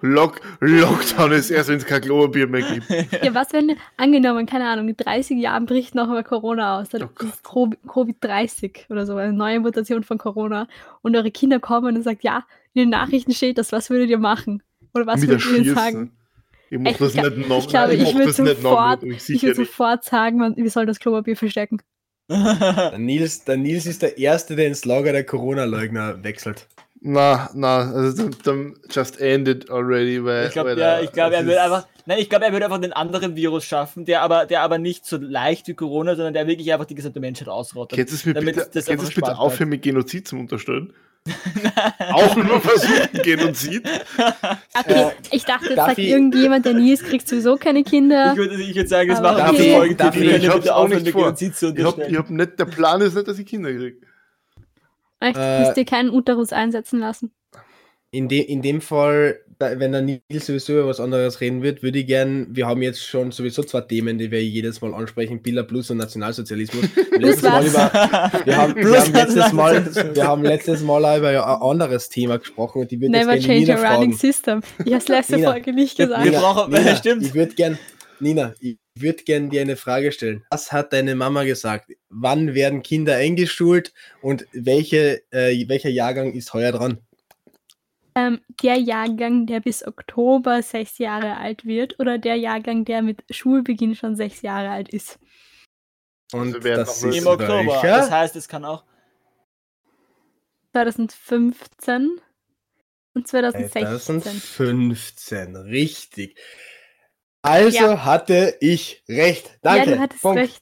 Lock Lockdown ist erst, wenn es kein Klobier mehr gibt.
Ja, was wenn, angenommen, keine Ahnung, in 30 Jahren bricht noch mal Corona aus. Dann
Oh Gott.
ist Covid- Covid-30 oder so, eine neue Mutation von Corona. Und eure Kinder kommen und sagt, ja, in den Nachrichten steht das, was würdet ihr machen? Oder was
Mit der
würdet ihr ihnen
Schießen.
sagen?
Ich muss
Echt,
das
ich glaub-
nicht noch.
ich glaube, ich
mach
würd
das nicht noch
sofort-
mit euch,
Ich
sicher
würde
nicht.
sofort sagen, man, wir sollen das Klopapier verstecken.
Der Nils, der Nils ist der Erste, der ins Lager der Corona-Leugner wechselt.
Na, na, also dann, dann just ended already, weil.
Ich glaube,
weil,
ja,
äh,
ich glaube, er
es
will
ist-
einfach, nein, ich glaube, er will einfach den anderen Virus schaffen, der aber, der aber nicht so leicht wie Corona, sondern der wirklich einfach die gesamte Menschheit ausrottet.
Kennst du es mir
damit
bitte,
das
kennst du
einfach
es bitte
spart
aufhören, mit Genozid zu unterstellen? Auch nur versuchten Genozid.
Okay, ich dachte, jetzt
darf
sagt
ich-
irgendjemand, der nie ist, kriegt sowieso keine Kinder.
Ich würde, ich würde sagen, das
Aber
machen wir
okay.
die Folge,
Darf
die
ich-
können
ich hab's
bitte
auch
aufhören,
nicht
mit
vor.
Genozid zu
Ich hab, ich
unterstellen.
hab nicht, der Plan ist nicht, dass ich Kinder kriege.
Echt?
Äh,
Müsst ihr keinen Uterus einsetzen lassen?
In, de, in dem Fall, da- wenn der Nils sowieso über was anderes reden wird, würde ich gern, wir haben jetzt schon sowieso zwei Themen, die wir jedes Mal ansprechen, Billa Plus und Nationalsozialismus. Letztes Mal
was?
über, wir, haben, wir,
Plus
haben letztes Mal,
Nationalsozialismus.
wir haben letztes Mal auch über ein anderes Thema gesprochen und die wird
Never
jetzt gerne
change
Nina
a running
fragen.
system. Ich habe es letzte
Nina,
Folge nicht gesagt.
Wir brauchen-
Nina,
Stimmt.
Ich würde gern, Nina, ich würde gern dir eine Frage stellen. Was hat deine Mama gesagt? Wann werden Kinder eingeschult und welche, äh, welcher Jahrgang ist heuer dran?
Ähm, der Jahrgang, der bis Oktober sechs Jahre alt wird oder der Jahrgang, der mit Schulbeginn schon sechs Jahre alt ist.
Und
Also werden
das
noch
ist
mal-
Im Oktober.
welcher?
Das heißt, es kann auch.
2015 und 2016.
2015, richtig. Also
Ja.
hatte ich recht.
ja,
Danke.
du hattest
Punkt.
recht.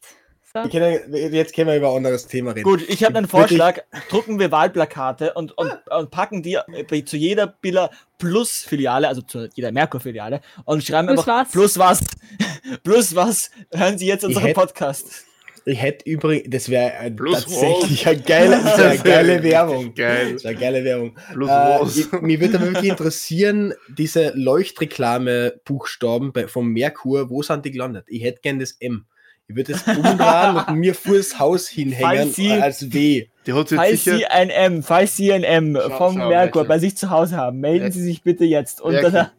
So.
Wir können, jetzt können wir über ein anderes Thema reden.
Gut, ich habe einen
Wirklich?
Vorschlag. Drucken wir Wahlplakate und, und, und packen die bei- zu jeder Billa Plus Filiale, also zu jeder Merkur Filiale und schreiben
Plus
einfach
was?
Plus was. Plus was. Hören Sie jetzt unseren
hätt-
Podcast.
Ich hätte übrigens, das wäre äh,
Plus
tatsächlich eine geile, das wär eine geile Werbung.
Geil.
Das wär eine geile Werbung.
Plus
Äh,
was.
ich, mich würde aber wirklich interessieren, diese Leuchtreklame-Buchstaben bei- vom Merkur, wo sind die gelandet? Ich hätte gern das M. Ich würde das umdrehen und mir vors Haus hinhängen
Falls Sie-
als W.
Die hat jetzt
Falls
sicher.
Sie ein M, falls Sie ein M
Schau-
vom
schau,
Merkur
Merkel.
bei sich zu Hause haben, melden
Merkel.
Sie sich bitte jetzt unter
Merkel.
der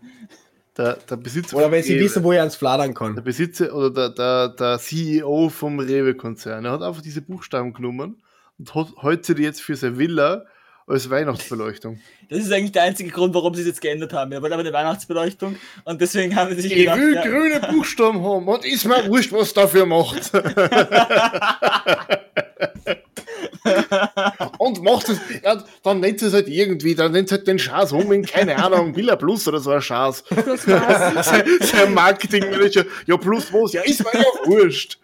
Der, der Besitzer
Oder
von
wenn Sie
Rewe.
wissen, wo ich ans Fladern
Der
kann.
Besitzer oder der, der, der CEO vom Rewe-Konzern. Er hat einfach diese Buchstaben genommen und hat heute die jetzt für seine Villa als Weihnachtsbeleuchtung.
Das ist eigentlich der einzige Grund, warum sie es jetzt geändert haben. Wir wollten aber eine Weihnachtsbeleuchtung und deswegen haben sie sich
Ich
gedacht,
will
ja,
grüne Buchstaben haben und ist mir wurscht, was dafür macht. und macht es, ja, dann nennt es halt irgendwie, dann nennt es halt den Schaß um in, keine Ahnung, Villa Plus oder so ein Schaß.
Plus was?
Sein, sein Marketingmanager, ja, plus was, ja, ist mir ja wurscht.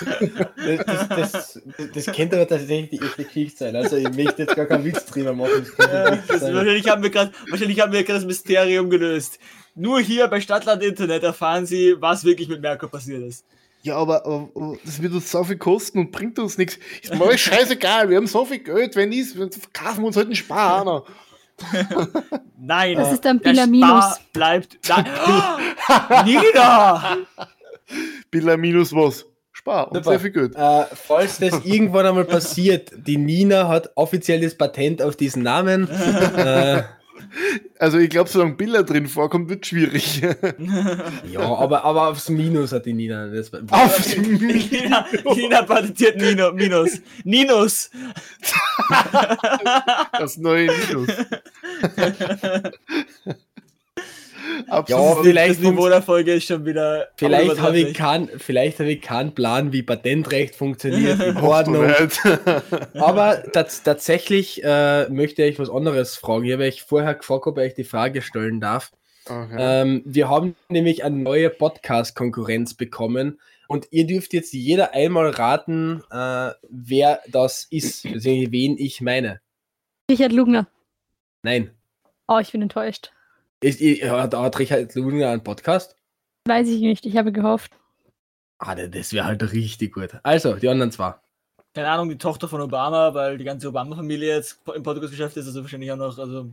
Das, das, das, das könnte aber tatsächlich die echte Geschichte sein. Also ich möchte jetzt gar keinen Witz drüber machen. Das könnte die Geschichte
das,
sein.
wahrscheinlich haben wir gerade wahrscheinlich haben wir gerade das Mysterium gelöst. Nur hier bei Stadtland Internet erfahren sie, was wirklich mit Merkur passiert ist.
Ja, aber, aber, aber das wird uns so viel kosten und bringt uns nichts. Ist mir alles scheißegal, wir haben so viel Geld, wenn nicht, dann verkaufen wir uns halt einen Sparer.
Nein,
Das ist dann
der
Bila
Spar
Minus.
bleibt. Nein. Oh, Nina!
Billa minus was? Spar und
Super.
sehr viel Geld.
Äh, falls das irgendwann einmal passiert, die Nina hat offiziell das Patent auf diesen Namen. Äh,
Also ich glaube, solange Billa drin vorkommt, wird schwierig.
ja, aber, aber aufs Minus hat die Nina. Das
Aufs Minus.
Nina, Nina patentiert Nino, Minus. Ninus!
das neue Minus.
Ja,
Absolut.
Oh, vielleicht
das Niveau der Folge ist schon wieder.
Vielleicht habe ich,
überdeutlich.
kein, vielleicht habe ich keinen Plan, wie Patentrecht funktioniert, wie
Hoffst du
Ordnung.
nicht.
Aber tats tatsächlich äh, möchte ich euch was anderes fragen. Ich habe euch vorher gefragt, ob ich euch die Frage stellen darf.
okay.
Ähm, wir haben nämlich eine neue Podcast-Konkurrenz bekommen und ihr dürft jetzt jeder einmal raten, äh, wer das ist, beziehungsweise wen ich meine.
Richard Lugner.
Nein.
Oh, ich bin enttäuscht.
Ist, ihr, hat, hat Richard Lugner einen Podcast?
Weiß ich nicht. Ich habe gehofft.
Ah, das- das wäre halt richtig gut. Also, die anderen zwei.
keine Ahnung, die Tochter von Obama, weil die ganze Obama-Familie jetzt im Podcast-Geschäft ist, also wahrscheinlich auch noch, also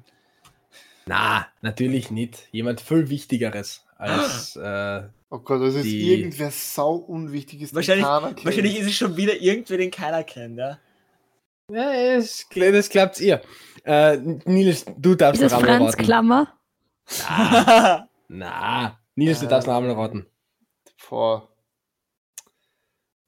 Na, natürlich nicht. Jemand viel Wichtigeres als. Äh,
oh Gott, das ist
die-
irgendwer sau unwichtiges. den
Wahrscheinlich-
keiner kennt.
wahrscheinlich ist es schon wieder irgendwer, den keiner kennt, ja.
ja, es, das klappt ihr. Äh, Nils, du darfst
Ist es
noch einmal
Franz
raten.
Klammer?
Na, na. Nils, du darfst noch einmal raten.
Boah.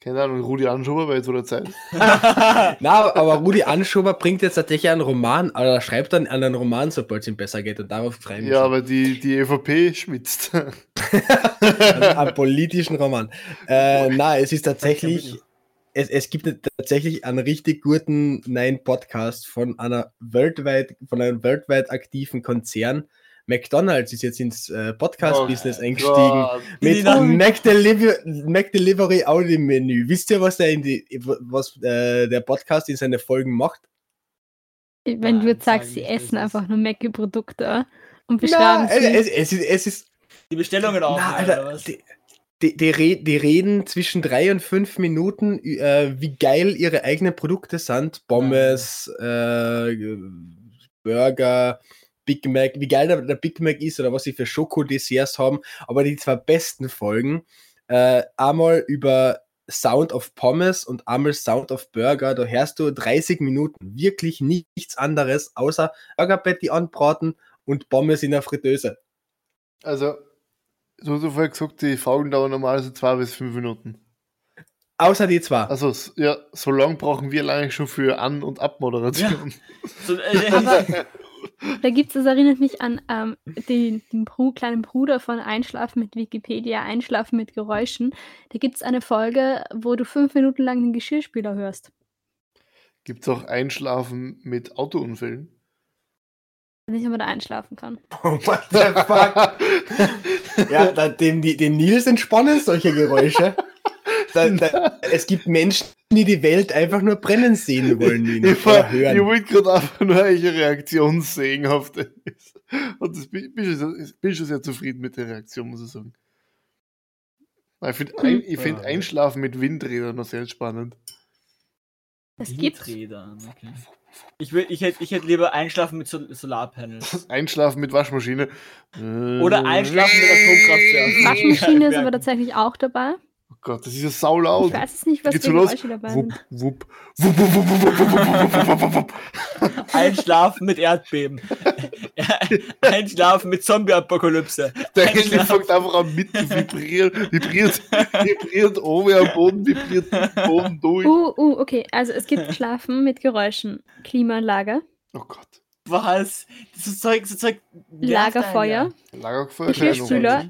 Keine Ahnung, Rudi Anschober war jetzt oder Zeit.
Na, aber Rudi Anschober bringt jetzt tatsächlich einen Roman, oder schreibt dann einen Roman, sobald es ihm besser geht und darauf freuen
Ja, aber die, die E EVP schwitzt.
einen, einen politischen Roman. Äh, na, es ist tatsächlich, es, es gibt tatsächlich einen richtig guten neuen Podcast von einer weltweit, von einem weltweit aktiven Konzern. McDonalds ist jetzt ins äh, Podcast-Business eingestiegen.
Oh Gott.
Mit Oh.
Nina.
McDeliver McDelivery Audio Menü. Wisst ihr, was der, in die, was, äh, der Podcast in seine Folgen macht?
Wenn du
Nein,
jetzt sagst,
sag
sie
nicht, das
essen
ist-
einfach nur Mac-Produkte und beschreiben
Na, äh,
sie.
es, es, ist, es ist
Die Bestellungen auch.
Na, Alter, die, die, die, re- die reden zwischen drei und fünf Minuten, äh, wie geil ihre eigenen Produkte sind. Pommes, äh, Burger, Big Mac, wie geil der, der Big Mac ist oder was sie für Schokodesserts haben. Aber die zwei besten Folgen, äh, einmal über Sound of Pommes und einmal Sound of Burger, da hörst du 30 Minuten wirklich nichts anderes, außer Burger Patty anbraten und Pommes in der Fritteuse.
Also, so hast du vorher gesagt, die Folgen dauern normalerweise zwei bis fünf Minuten.
Außer die zwei.
Also, s- ja, so lang brauchen wir lange schon für An- und Abmoderation.
So, äh,
Da gibt es, das erinnert mich an ähm, den, den Bru kleinen Bruder von Einschlafen mit Wikipedia, Einschlafen mit Geräuschen. Da gibt es eine Folge, wo du fünf Minuten lang den Geschirrspüler hörst.
Gibt es auch Einschlafen mit Autounfällen?
Nicht, ob man da einschlafen kann.
Oh, What the fuck? ja, da, dem, die, den Nils entspannen solche Geräusche. Da, da, es gibt Menschen, die die Welt einfach nur brennen sehen wollen. Nina,
Ich,
oder
war, ich
hören.
wollte gerade einfach nur eure Reaktion sehen auf das. Und das bin, bin, schon, sehr- bin schon sehr zufrieden mit der Reaktion, muss ich sagen. Nein, Ich
Hm.
finde ein, ich find
Ja.
Einschlafen mit Windrädern noch sehr spannend.
Es gibt.
Windrädern, okay. Ich, will, ich, hätte, ich hätte lieber einschlafen mit Sol Solarpanels.
Einschlafen mit Waschmaschine.
Oder einschlafen mit Atomkraftwerk.
Waschmaschine ist aber tatsächlich auch dabei.
Oh Gott, das ist ja saulaut.
Ich weiß jetzt nicht, was
Geht's
für
so los?
Geräusche dabei
Wupp,
sind.
wupp, wupp, wupp, wupp, wupp, wupp, wupp, wupp, wupp, wupp, wupp.
Einschlafen mit Erdbeben. Einschlafen mit Zombie-Apokalypse.
Der Handy fängt einfach an mit zu vibrieren, vibriert, vibriert oben am Boden, vibriert den Boden durch.
Oh, oh, okay. Also es gibt Schlafen mit Geräuschen, Klimaanlage,
Oh Gott.
Was? Das ist Zeug, so Zeug. nervt
Lagerfeuer,
Lagerfeuer.
Geschirrspüler,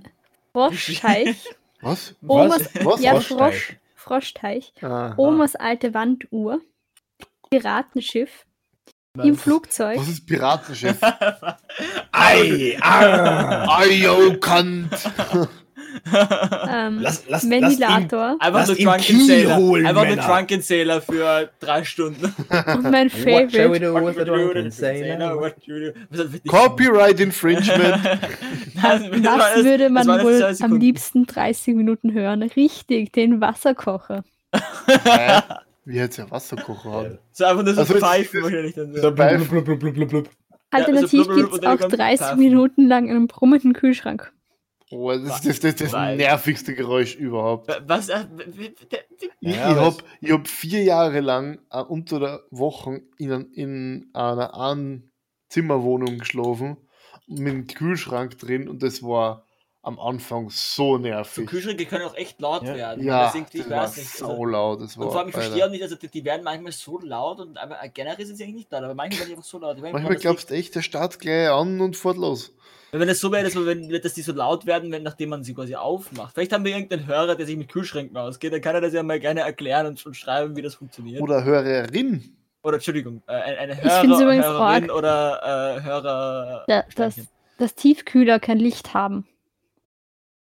Froschteich,
Was?
Omas,
Was?
ja,
Was?
Frosch, Froschteich,
Ah.
Omas alte Wanduhr, Piratenschiff,
einer.
im Flugzeug.
Was ist Piratenschiff?
Ei, ah,
Ayo, Kant.
Ähm,
lass, lass, lass ihn,
Ventilator
Lass
Einfach nur
ihn
Drunken
Kiel
Sailor.
holen,
Einfach nur
Männer.
Drunken Sailor für drei Stunden.
und mein
What shall we
Favorite.
do with the drunken
Sailor,
sailor?
what you do. Was hat mit-
Copyright Infringement.
Nein, das war
Was
das-
würde
das
man
war das zwei
wohl am
Sekunden.
liebsten 30 Minuten hören? Richtig, den Wasserkocher.
Hä? Wie hätte ja Wasserkocher haben?
So einfach nur so
Also,
pfeifen wahrscheinlich dann.
So
So.
blub, blub, blub, blub, blub, blub.
also blub,
Alternativ
blub,
gibt es
und dann
auch
kommt
30
Pfaffen.
Minuten lang einen brummenden Kühlschrank.
Oh, das ist das, das, das
Weil-
nervigste Geräusch überhaupt.
Was? äh, w- w- der-
Ich,
Ja,
ich
aber
habe ich hab vier Jahre lang äh, unter der Woche in, an- in einer Einzimmerwohnung geschlafen mit einem Kühlschrank drin und das war am Anfang so
So
nervig.
Kühlschränke können auch echt laut
Ja.
werden.
ja,
Deswegen, ich
das war
weiß nicht. Also,
so laut. Das war,
und vor allem, ich
Alter.
verstehe auch nicht, also die, die werden manchmal so laut und aber generell sind sie eigentlich nicht laut, aber manchmal werden die einfach so laut. Ich weiß nicht,
Manchmal
woran das
glaubst du echt, der startet gleich an und fährt los.
Weil Wenn es so wäre, dass, man, wenn, dass die so laut werden, wenn, nachdem man sie quasi aufmacht. Vielleicht haben wir irgendeinen Hörer, der sich mit Kühlschränken ausgeht, dann kann er das ja mal gerne erklären und, und schreiben, wie das funktioniert. Oder,
Oder Hörerin.
Entschuldigung, äh, ein- eine
find's
Hörer,
übrigens
Hörerin
arg.
oder äh, Hörer.
Da, das, das Tiefkühler kein Licht haben.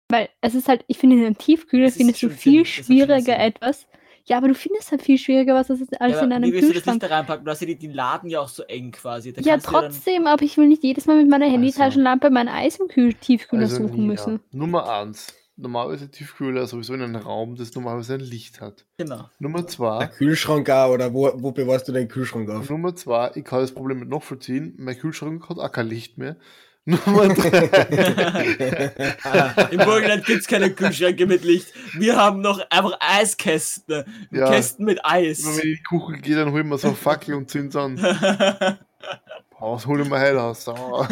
Weil es ist halt, ich finde, in einem Tiefkühler
Das ist
findest du
schon Sinn,
viel
das hat schon
schwieriger
Sinn.
etwas. Ja, aber du findest halt viel schwieriger was als als
Ja,
in
aber
einem
wie willst du das Licht
Kühlschrank.
da reinpacken? Du hast ja die, die Laden ja auch so eng quasi. Da
Ja,
kannst du dann- Also.
trotzdem, aber ich will nicht jedes Mal mit meiner Handytaschenlampe mein Eis im Kühl Tiefkühler
Also
suchen
nie,
müssen.
Ja. Nummer eins. Normalerweise Tiefkühler sowieso in einem Raum, das normalerweise ein Licht hat.
Genau.
Nummer
Der
zwei.
Kühlschrank auch, oder wo, wo bewahrst du den Kühlschrank auf?
Nummer zwei, ich kann das Problem nicht nachvollziehen. Mein Kühlschrank hat auch kein Licht mehr. Nummer drei.
Im Burgenland gibt es keine Kühlschränke mit Licht. Wir haben noch einfach Eiskästen.
Ja.
Kästen mit Eis.
Immer wenn ich in die Küche gehe, dann holen wir so eine Fackel und zünd's an. Boah, was holen wir heute aus? Sau.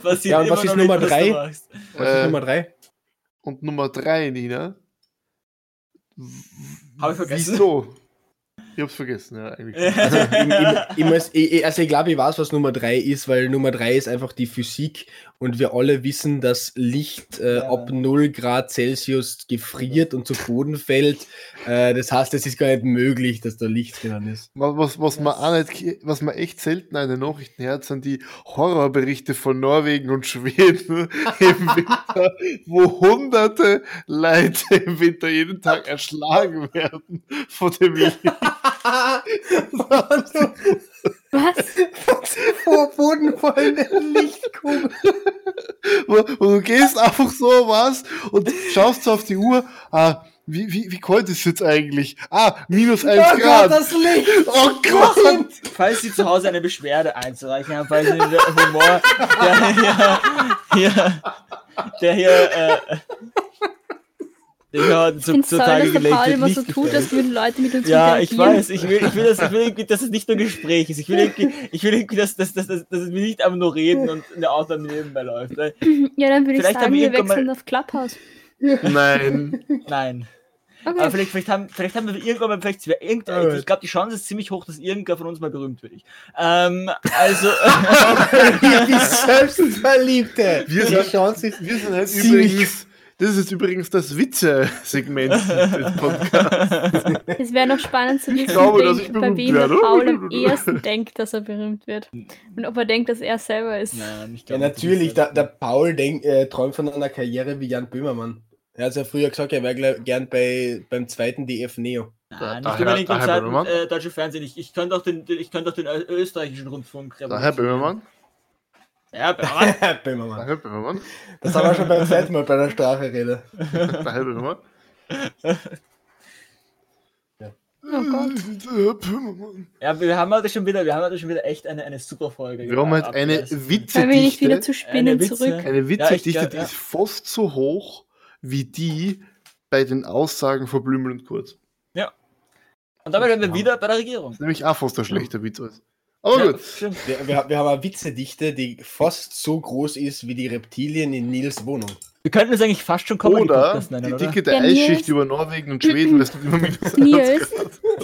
Passiert
Ja, und was
immer
ist
noch nicht,
Nummer
was du
drei?
machst.
Was ist
Äh,
Nummer drei?
Und Nummer drei, Nina.
Hab ich vergessen.
Wieso? Ich hab's vergessen, ja, eigentlich.
Also, ich, ich, ich, muss- ich, ich- also ich glaube, ich weiß, was Nummer 3 ist, weil Nummer 3 ist einfach die Physik und wir alle wissen, dass Licht äh,
Ja.
ab 0 Grad Celsius gefriert und zu Boden fällt. Äh, das heißt, es ist gar nicht möglich, dass da Licht drin ist.
Was, was, was, man auch nicht, ke- was man echt selten an den Nachrichten hört, sind die Horrorberichte von Norwegen und Schweden im Winter, wo hunderte Leute im Winter jeden Tag erschlagen werden von dem Licht.
Was?
Vor Boden voll Lichtkugel.
Wo, wo du gehst einfach so was und schaust so auf die Uhr. Ah, wie, wie, wie kalt ist jetzt eigentlich? Ah, minus 1
Oh Gott,
Grad.
das Licht!
oh Gott!
Falls Sie zu Hause eine Beschwerde einzureichen haben, falls Sie den Humor, der hier, hier, der hier, äh, der hier
Ich
zu,
finde es toll,
zutage
dass der
gelegt
Paul
wird,
immer so
nicht
tut,
gefällt.
als würden Leute mit uns
Ja, ich
interagieren.
weiß, ich will, ich will, das, ich will irgendwie, dass es nicht nur ein Gespräch ist. Ich will irgendwie, ich will irgendwie dass, dass, dass, dass, dass wir nicht einfach nur reden und eine Aufnahme nebenbei läuft. ne? Weil-
Ja, dann würde ich
Vielleicht
sagen,
haben wir
wir
irgendwann mal-
wechseln auf Clubhouse.
Nein.
Nein. Aber
Okay.
Ah, vielleicht, vielleicht, haben, vielleicht haben wir irgendwann mal, vielleicht, irgend,
Alright.
ich glaube, die Chance ist ziemlich hoch, dass irgendwer von uns mal berühmt wird. Ähm, also,
Die Selbstverliebte!
Wir
Die
sind-
Chance ist
Wir sind halt
Ziemlich.
übrigens. Das ist jetzt übrigens das Witze-Segment des Podcasts.
Es wäre noch spannend zu wissen,
glaube, dass
denk-
ich
bei
berühmt
wem der
werde.
Paul am ehesten denkt, dass er berühmt wird. Und ob er denkt, dass er selber ist.
nein, ich
Ja,
glaub,
natürlich,
das
der,
ist-
der Paul denk, äh, träumt von einer Karriere wie Jan Böhmermann. Er hat ja früher gesagt, er wäre gl- gern bei, beim zweiten DF Neo.
Nein,
Daher-
nicht unbedingt im
daher
zweiten
Böhmermann?
äh, deutschen Fernsehen. Ich, ich könnte auch den, den- ich könnte auch den Ö- österreichischen Rundfunk.
Da, Herr Böhmermann.
Ja, Böhmermann.
Da,
Böhmermann.
Herr Böhmermann.
Das haben wir schon beim zweiten Mal bei der Strafrede.
Da, Herr Böhmermann.
Oh Gott.
Herr Böhmermann.
ja, wir haben heute schon wieder, wir haben heute schon wieder echt eine, eine super Folge.
Wir haben halt eine
abgeleistet.
Dann bin ich wieder
Witzedichte.
zu Spinnen
Witze.
zurück.
Eine
Ja, ich
Witzedichte,
glaub,
die
ja.
ist fast so hoch wie die bei den Aussagen von Blümel und Kurz.
Und damit werden wir wieder bei der Regierung.
Das ist nämlich auch fast ein schlechter Witz alles. Aber
Ja,
Oh, gut.
stimmt.
Wir, wir, wir haben eine Witzedichte, die fast so groß ist wie die Reptilien in Nils Wohnung.
Wir könnten es eigentlich fast schon kommen.
Oder die
oder?
dicke der
Ja, mir
Eisschicht
ist-
über Norwegen und Schweden, das tut immer minus
Nils,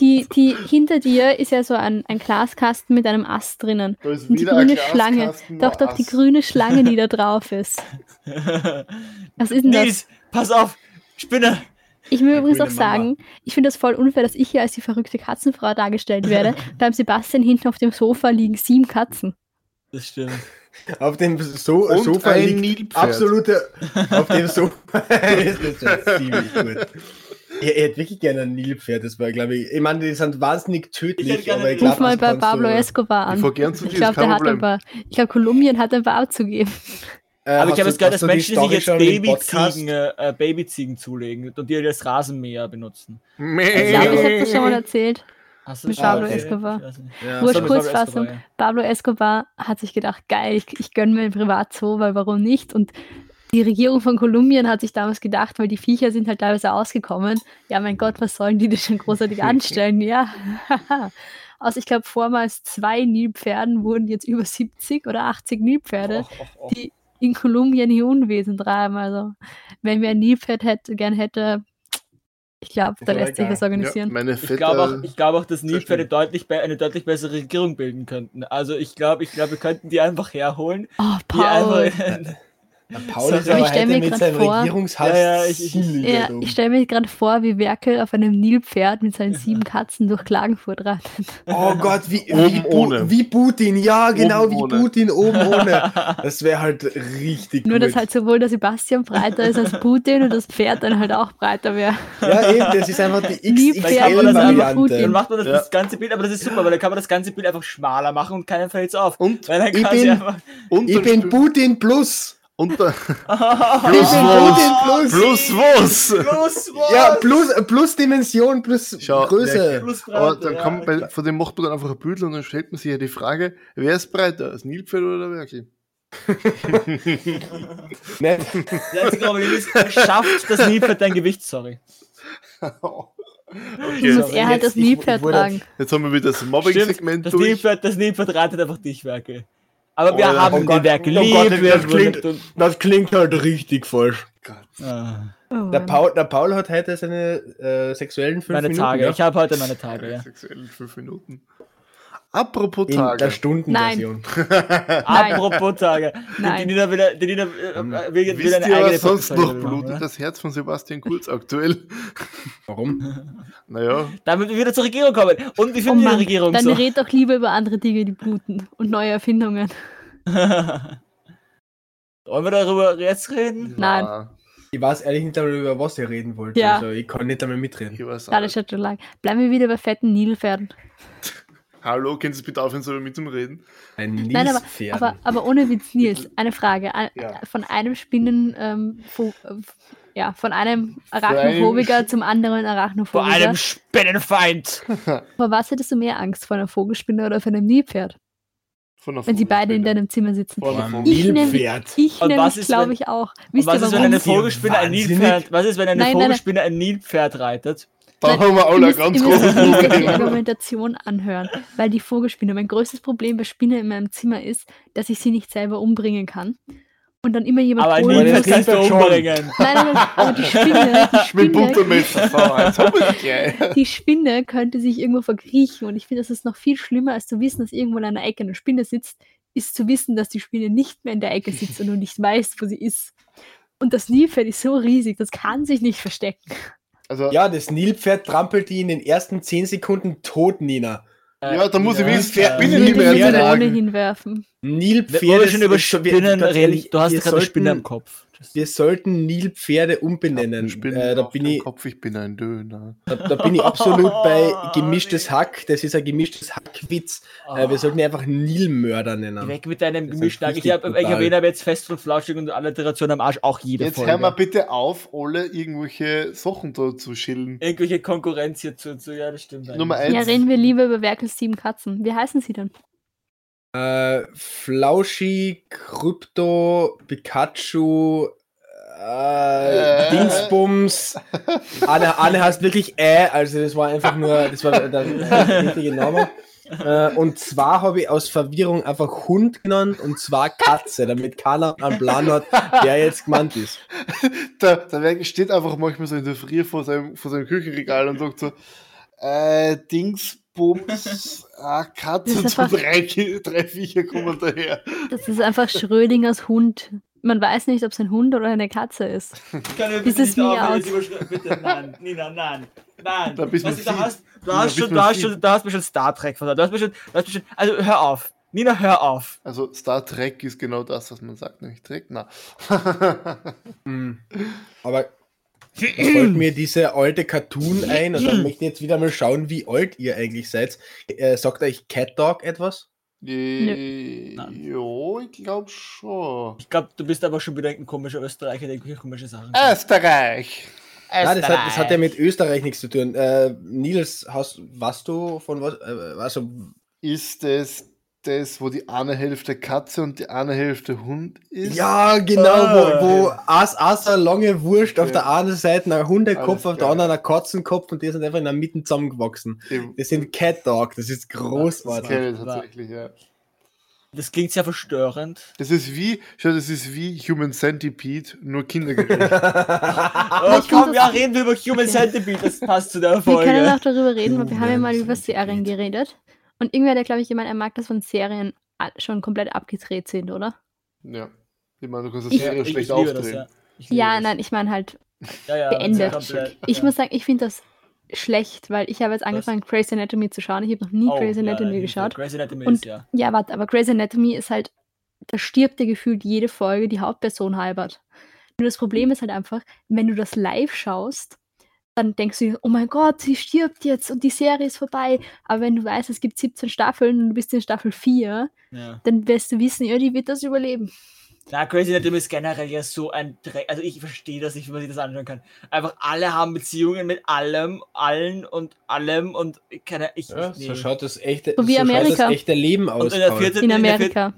die, die hinter dir ist ja so ein, ein Glaskasten mit einem Ast drinnen.
Da ist
Und die
weder ein
grüne Schlange.
Glaskasten
Doch,
noch
doch, die
Ast.
grüne Schlange, die da drauf ist. Was ist denn das?
Nils, pass auf, Spinne.
Ich will
Der
übrigens auch
grüne Mama.
sagen, ich finde das voll unfair, dass ich hier als die verrückte Katzenfrau dargestellt werde. Beim Sebastian hinten auf dem Sofa liegen sieben Katzen.
Das stimmt.
Auf dem so
Und
Sofa
ein
liegt
Nilpferd.
absolute. Auf dem Sofa. das ist schon ziemlich gut. Ich, ich hätte wirklich gerne ein Nilpferd, das war, glaube ich. Ich meine, die sind wahnsinnig
Ich hätte
tödlich,
gerne
aber ich
ein
glaube,
Ruf mal
das
bei
kannst
Pablo
du-
Escobar
Ich
an.
fahr gern zu dir,
Ich glaube,
ist kein
der hat ein
Problem.
paar. Ich glaube, Kolumbien hat ein paar abzugeben.
Äh,
Aber
hast
ich habe
du-
jetzt gehört,
hast
dass
du die
Menschen sich
Story
jetzt
schon im Podcast?
Babyziegen, äh, äh, Babyziegen zulegen und die als Rasenmäher benutzen.
Ich glaube, ich
Meh.
habe das schon mal erzählt.
Hast
Mit
das-
Pablo
Ah, okay.
Escobar.
Ich weiß nicht.
Ja,
Wurscht,
sorry.
Pablo
Kurzfassung.
Escobar,
Pablo Escobar hat sich gedacht, geil, ich, ich gönne mir ein Privatzoo, weil warum nicht? Und die Regierung von Kolumbien hat sich damals gedacht, weil die Viecher sind halt teilweise ausgekommen. Ja, mein Gott, was sollen die denn schon großartig anstellen? Ja, aus, ich glaube, vormals zwei Nilpferden wurden jetzt über 70 oder 80
ja.
Nilpferde,
Och, och, och.
die in Kolumbien ihr Unwesen treiben. Also, wenn wir ein Nilpferd hätte, gern hätte, ich glaube, da
Ja,
lässt sich
egal.
was
Ja,
organisieren.
meine
Ich glaube
Vetter.
auch, ich glaube auch, dass Nilpferde
verstehe.
deutlich be- eine deutlich bessere Regierung bilden könnten. Also ich glaube, ich glaube, wir könnten die einfach herholen.
Oh,
Die
Paul.
einfach,
Ja, Paul ist
Sorry,
aber
ich stell
heute
mir
mit
grad
seinem
vor-
Regierungshass
Ja, ja, ich- ich-
ziemlich
Ja,
weit oben.
ich stelle mir gerade vor, wie Werkel auf einem Nilpferd mit seinen sieben Katzen durch Klagenfurt reitet.
Oh Gott, wie, wie,
Oben
Pu-
ohne.
wie Putin, ja genau,
Oben
wie
ohne.
Putin oben ohne. Das wäre halt richtig
Nur,
gut.
dass halt sowohl der Sebastian breiter ist als Putin und das Pferd dann halt auch breiter wäre.
ja, eben, das ist einfach die
Nilpferd
oder
XXL-Variante.
Putin.
dann macht man das,
Ja.
das ganze Bild, aber das ist super, weil dann kann man das ganze Bild einfach schmaler machen und keiner fällt auf.
Und,
Weil dann
Ich
kann sie
bin-
einfach.
und,
Ich bin Putin Plus.
und, und
Ich bin
Plus.
Putin Plus.
Plus was?
Plus
Ja, plus, plus Dimension, plus
Schau, ne,
Größe.
Plus Breite,
Aber dann
ja.
kann man bei, von dem macht man dann einfach ein Büdel und dann stellt man sich ja die Frage, wer ist breiter, das Nilpferd oder der Werkel? ne,
Nein,
Das einzige Problem ist, schafft das Nilpferd dein Gewicht, sorry.
Jetzt muss
okay.
er halt
jetzt-
das
ich- ich
Nilpferd
wurde-
tragen.
Jetzt haben wir wieder das
Stimmt,
Mobbing-Segment
das
durch.
Nilpferd, das Nilpferd reitet einfach dich, Werke. Aber wir
Oh,
haben
oh
den
Gott,
Werke
oh
lieb,
Gott, das
wir
klingt-
und,
das klingt halt richtig falsch.
ah,
Oh,
Der
Mann.
Paul, der Paul hat heute seine äh, sexuellen fünf
meine
Minuten.
Tage.
ja?
Ich habe heute meine Tage, ja.
Sexuell in fünf Minuten. Apropos
In der
Tage.
Stundenversion.
Nein.
Apropos Tage. Die- Die
Nein.
Nina will, die Nina, äh, will, will
Wisst
eine
ihr,
eigene
was sonst noch
Podcast-Folge machen,
blutet?
oder?
Das Herz von Sebastian Kurz aktuell.
Warum?
Naja,
Damit wir wieder zur Regierung kommen. Und wie
Oh
finden wir die
Mann,
Regierung
dann
so?
red doch lieber über andere Dinge, die bluten und neue Erfindungen.
Wollen wir darüber jetzt reden?
Nein.
na,
Ich weiß ehrlich nicht einmal, über was ihr reden wollt.
Ja.
Also, ich kann nicht einmal mitreden.
Ich weiß
Schade,
auch.
schaut schon lang. Bleiben wir wieder bei fetten Nilpferden.
Hallo, könntest du bitte aufhören, so mit zum Reden?
Ein
Nein, aber,
Niespferd.
aber, aber ohne Witz, Nils, eine Frage. Ein,
Ja.
Von einem Spinnen, ähm, pho- äh, ja, von einem
einem
Arachnophobiker zum anderen
Vor
Arachnophobiker.
einem Spinnenfeind.
Vor was hättest du mehr Angst? Vor einer Vogelspinne oder vor einem Nilpferd?
Von der
Wenn sie beide in
Vogelspinne.
deinem Zimmer sitzen.
Von der
Ein
Vogel-
Ich nehm-
Nilpferd.
Ich
Und was
nämlich,
ist,
glaube
wenn-
ich, auch.
Und
Wisst
was
ihr
ist,
warum?
wenn eine
Sind Sie
Vogelspinne ein
wahnsinnig?
Nilpferd? Was ist, wenn eine
Nein, nein, nein.
Vogelspinne ein Nilpferd reitet?
Da haben wir alle
ihr
ein
müsst,
ganz
ihr müsst
großes
euch die
Problem.
Argumentation anhören, weil die Vogelspinne, mein größtes Problem bei Spinnen in meinem Zimmer ist, dass ich sie nicht selber umbringen kann. Und dann immer jemand
Aber ein
holen
Nilpferd
Nilpferd
kann-
kannst
muss.
du
Nilpferd schon.
umbringen.
Nein, nein, nein, aber die Spinne, die
Mit Butter
Spinne,
mit Verfahren. Hab ich gleich.
die Spinne könnte sich irgendwo verkriechen. Und ich finde, das ist noch viel schlimmer, als zu wissen, dass irgendwo in einer Ecke eine Spinne sitzt, ist zu wissen, dass die Spinne nicht mehr in der Ecke sitzt und du nicht weißt, wo sie ist. Und das Nilpferd ist so riesig, das kann sich nicht verstecken.
Also, ja,
Ja, das Nilpferd trampelt die in den ersten 10 Sekunden tot, Nina.
da muss ich
Ja,
wenigstens Spinnen
Nil-
nicht mehr
Nil-
würde
ertragen.
ohnehin werfen.
Nilpferde.
Wo wir schon über
ist- wir-
Spinnen
ganz
reden,
ehrlich,
du hast
wir
ja gerade eine Spinne
sollten-
im Kopf. Das-
Wir sollten Nilpferde
Ich
umbenennen.
hab einen
Äh, da,
auf
bin
dem
ich,
Kopf, ich bin ein Döner.
da, da bin ich absolut bei gemischtes Hack. Das ist ein gemischtes Hackwitz. Äh,
Ah.
wir sollten ihn einfach Nilmörder nennen.
Weg mit deinem
Das ist
Gemischschlag. Ich
richtig
habe ich
brutal.
erwähne aber jetzt fest und flauschig und Alliteration am Arsch auch jede
Jetzt
Folge.
hör mal bitte auf, alle irgendwelche Sachen da zu schillen.
Irgendwelche Konkurrenz hier zu, zu ja, das stimmt.
Nummer
eigentlich.
Ja,
Jetzt-
reden wir lieber über Werkels sieben Katzen. Wie heißen sie denn?
Äh, Flauschi, Krypto, Pikachu, äh,
Äh.
Dingsbums. Anne, Anne heißt wirklich äh, also das war einfach nur, das war der, der richtige Name. Äh, und zwar habe ich aus Verwirrung einfach Hund genannt und zwar Katze, damit keiner einen Plan hat, wer jetzt gemeint ist.
Da, da wer- steht einfach manchmal so in der Früh vor seinem, vor seinem Küchenregal und sagt so, äh, Dings, Bums, ah, Katze,
Das ist
so
einfach-
drei, Ki- drei Viecher kommen daher.
Das ist einfach Schrödingers Hund. Man weiß nicht, ob es ein Hund oder eine Katze ist.
Können wir
Bis
bitte nicht
es mir
aufhören, jetzt
aus-
überschreiten? Bitte, nein, Nina, nein, nein.
Da bist
Weißt
du
du, du
viel.
hast, du
Nina,
hast
bist
schon,
du
du hast
viel.
schon, du hast mir schon Star Trek versaut. Du hast mir schon, du hast mir schon, also hör auf. Nina, hör auf.
Also Star Trek ist genau das, was man sagt, nämlich Trek. Na.
Hm. Aber da fällt mir diese alte Cartoon ein und dann möchte ich jetzt wieder mal schauen, wie alt ihr eigentlich seid. Äh, sagt euch Cat Dog etwas?
Die- jo, ich glaube schon.
Ich glaube, du bist aber schon wieder ein komischer Österreicher, der irgendwelche komische Sachen.
Äh,
Österreich!
Nein, das hat, das hat ja mit Österreich nichts zu tun. Äh, Nils, hast, was du von was? Äh, also,
Ist es das, wo die eine Hälfte Katze und die andere Hälfte Hund ist?
ja,
Ah.
genau, wo, wo as, as eine lange Wurst auf
Ja.
der einen Seite ein
Alles
Hundekopf, auf der
klar.
anderen ein Katzenkopf und die sind einfach in der Mitte zusammengewachsen.
Eben,
Das sind Cat Dog, das ist
Das
großartig.
kenne ich tatsächlich, ja.
Das klingt sehr verstörend.
Das ist wie, schau, das ist wie Human Centipede, nur kindergerecht.
Oh,
Ah, ich
komm,
find
ja,
das-
reden wir über Human Centipede, das passt zu der
Wir können
Folge.
auch darüber reden, weil wir haben ja
Human
mal über Serien
Centipede.
geredet. Und irgendwer hat ja, glaube ich, gemeint, er mag das, wenn Serien a- schon komplett abgedreht sind, oder?
ja. Ich meine, du kannst das
Ich-
Serie schlecht
liebe
aufdrehen.
ja. Ich liebe
Ja,
das.
nein, ich meine halt,
ja, ja,
beendet.
komplett,
ich
ja.
muss sagen, ich finde das schlecht, weil ich habe jetzt angefangen, Grey's Anatomy zu schauen. Ich habe noch nie
Oh,
Grey's
ja,
Anatomy
nein,
geschaut.
Grey's Anatomy
Und-
ist, ja.
Ja, warte, aber Grey's Anatomy ist halt, da stirbt ja gefühlt jede Folge die Hauptperson halbert. Nur das Problem ist halt einfach, wenn du das live schaust, dann denkst du, dir, oh mein Gott, sie stirbt jetzt und die Serie ist vorbei. Aber wenn du weißt, es gibt 17 Staffeln und du bist in Staffel 4,
ja.
dann wirst du wissen, ja, die wird das überleben.
Na, Crazy Anatomy ist generell ja so ein Dreck. Also ich verstehe das nicht, wie man sich das anschauen kann. Einfach alle haben Beziehungen mit allem, allen und allem und keine ich.
Ja,
nee.
so schaut das echte,
So wie
so schaut das
Amerika.
echte Leben aus.
und in der
Paul.
vierten
In
der vierten-
Amerika.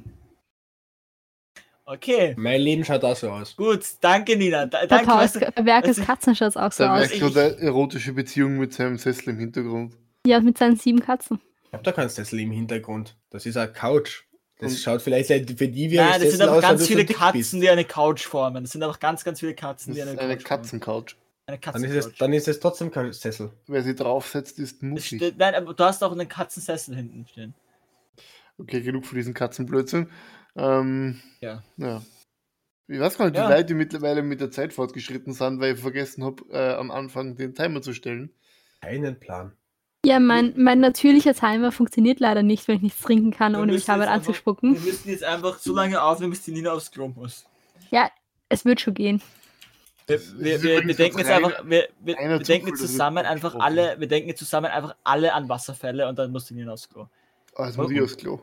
Okay.
Mein Leben schaut auch so aus.
Gut, danke Nina. Da,
Bei
danke.
Pauls
Weißt du,
Ka- Werkes
weißt du-
Katzen schaut es auch so
Da
aus.
merkt man eine erotische Beziehung mit seinem Sessel im Hintergrund.
Ja, mit seinen sieben Katzen.
Ich hab da kein Sessel im Hintergrund. Das ist eine Couch. Das
Und-
schaut vielleicht für die wie ein
nein, das sind
Sessel
einfach
aus, weil
ganz
du so
viele
dick bist.
Katzen, die eine Couch formen. Das sind einfach ganz, ganz viele Katzen,
Das
die
ist
eine,
eine
Couch
Couch.
formen. Eine
Dann ist,
Katzencouch.
es, dann ist es trotzdem kein Sessel.
Wer sie draufsetzt, ist
Es
mutig.
steht- Nein, aber du hast auch einen Katzensessel hinten stehen.
Okay, genug von diesen Katzenblödsinn. Ähm,
Ja.
ja. Ich weiß gar nicht,
Ja.
wie weit die mittlerweile mit der Zeit fortgeschritten sind, weil ich vergessen habe, äh, am Anfang den Timer zu stellen.
Keinen Plan.
Ja, mein, mein natürlicher Timer funktioniert leider nicht, wenn ich nichts trinken kann,
Wir
ohne mich
müssen
dabei
jetzt einfach-
anzuspucken.
Wir müssen jetzt einfach so lange aufnehmen, bis die Nina aufs Klo muss.
Es wird schon gehen.
Wir,
Das
wir,
ist
wir, wir
übrigens
denken
auch
jetzt
rein
einfach, wir, wir,
reiner
wir denken
Zufall,
jetzt
dass wir
zusammen
das
einfach
getroffen
alle, wir denken jetzt zusammen einfach alle an Wasserfälle und dann musst du ihn aufs Klo.
Oh, jetzt muss ich
Warum?
aufs Klo.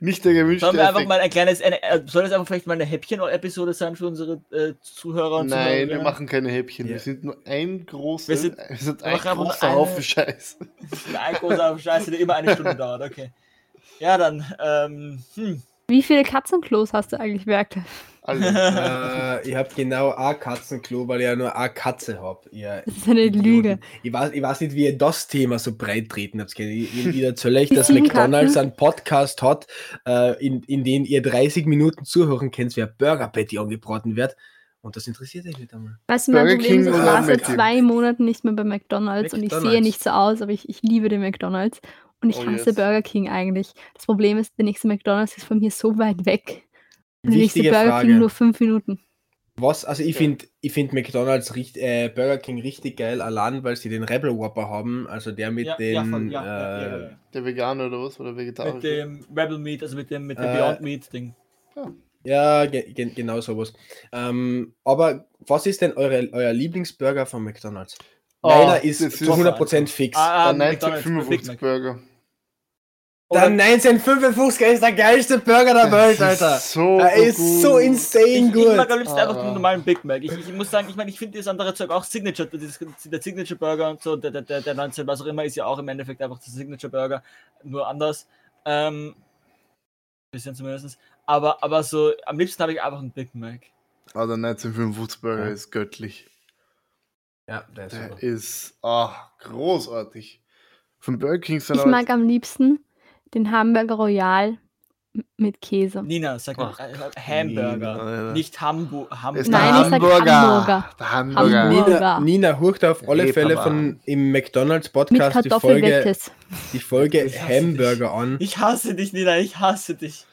Nicht der gewünschte
Sollen wir einfach
Effekt.
mal ein kleines, eine, äh, soll das einfach vielleicht mal eine Häppchen-Episode sein für unsere äh, Zuhörer und
Nein, wir
Zuhörerinnen?
machen keine Häppchen. Wir
Ja.
sind nur ein großer, wir
Wir
sind,
sind-
ein
machen aber nur
großer
eine-
Haufen Scheiß.
Ein großer Scheiße, der immer eine Stunde dauert, okay. Ja, dann, ähm, hm.
Wie viele Katzenklos hast du eigentlich, Werke?
Alle.
Äh, ich habe genau ein Katzenklo, weil ich ja nur eine Katze habe. Ja.
Das ist eine Lüge.
Ich weiß, ich weiß nicht, wie ihr das Thema so breit treten habt. Wieder zöllig,
Die
dass
sieben
McDonalds
Katzen.
einen Podcast hat, äh, in, in den ihr 30 Minuten zuhören könnt, wer Burger Patty angebraten wird. Und das interessiert euch nicht einmal.
Weißt du, mein
Burger
Problem ist,
King
ich
oder
war seit
McDonald's?
zwei Monaten nicht mehr bei McDonalds, und ich sehe
McDonald's.
nicht so aus, aber ich, ich liebe den McDonalds und ich
Oh,
hasse
yes.
Burger King eigentlich. Das Problem ist, der nächste McDonalds ist von mir so weit weg. Und der nächste
Wichtige
Burger
Frage.
King nur fünf Minuten.
Was, also ich finde ich find McDonalds, richt, äh, Burger King richtig geil, allein weil sie den Rebel Whopper haben, also der mit
ja,
dem,
ja, voll, ja, ja, ja,
äh,
ja,
Der Veganer oder was? Oder
ja.
Vegetarier?
Mit dem Rebel Meat, also mit dem, mit dem
Äh,
Beyond Meat Ding.
Ja, ge ge genau sowas. Ähm, aber was ist denn eure, euer Lieblingsburger von McDonalds?
Oh,
Meiner ist
das ist-
zu 100% fix.
Ah,
Der
ah, McDonald's, Big
1955
Mac.
Burger.
der 1955 ist der geilste Burger der Welt, Alter.
Ist so
Er ist
gut.
so insane
Ich, ich mag am
gut.
liebsten
Ah.
einfach den normalen Big Mac. Ich, ich muss sagen, ich meine, ich finde das andere Zeug auch Signature, dieses, der Signature Burger und so, der, der- der, der 19, was auch immer, ist ja auch im Endeffekt einfach der Signature Burger, nur anders. Ähm, bisschen zumindest. Aber, aber so, am liebsten habe ich einfach einen Big Mac.
Ah, der 1955 Burger
Ja.
ist göttlich.
Ja, der ist
Der
super.
ist ah, großartig. Von Burger King
Ich
Salat.
mag am liebsten den Hamburger Royal m- mit Käse.
Nina, sag mal,
Ach,
äh, Hamburger,
Nina, Alter.
nicht Hambu Hamburger.
ist
Nein, ich
der
sag
Hamburger.
Hamburger.
Der Hamburger.
Hamburger.
Nina, Nina hurcht auf alle
Reeperbahn.
Fälle von im McDonalds
Mit
Podcast die Folge,
Kartoffelwettes.
die Folge
Ich hasse dich.
Hamburger an.
Ich hasse dich, Nina, ich hasse dich.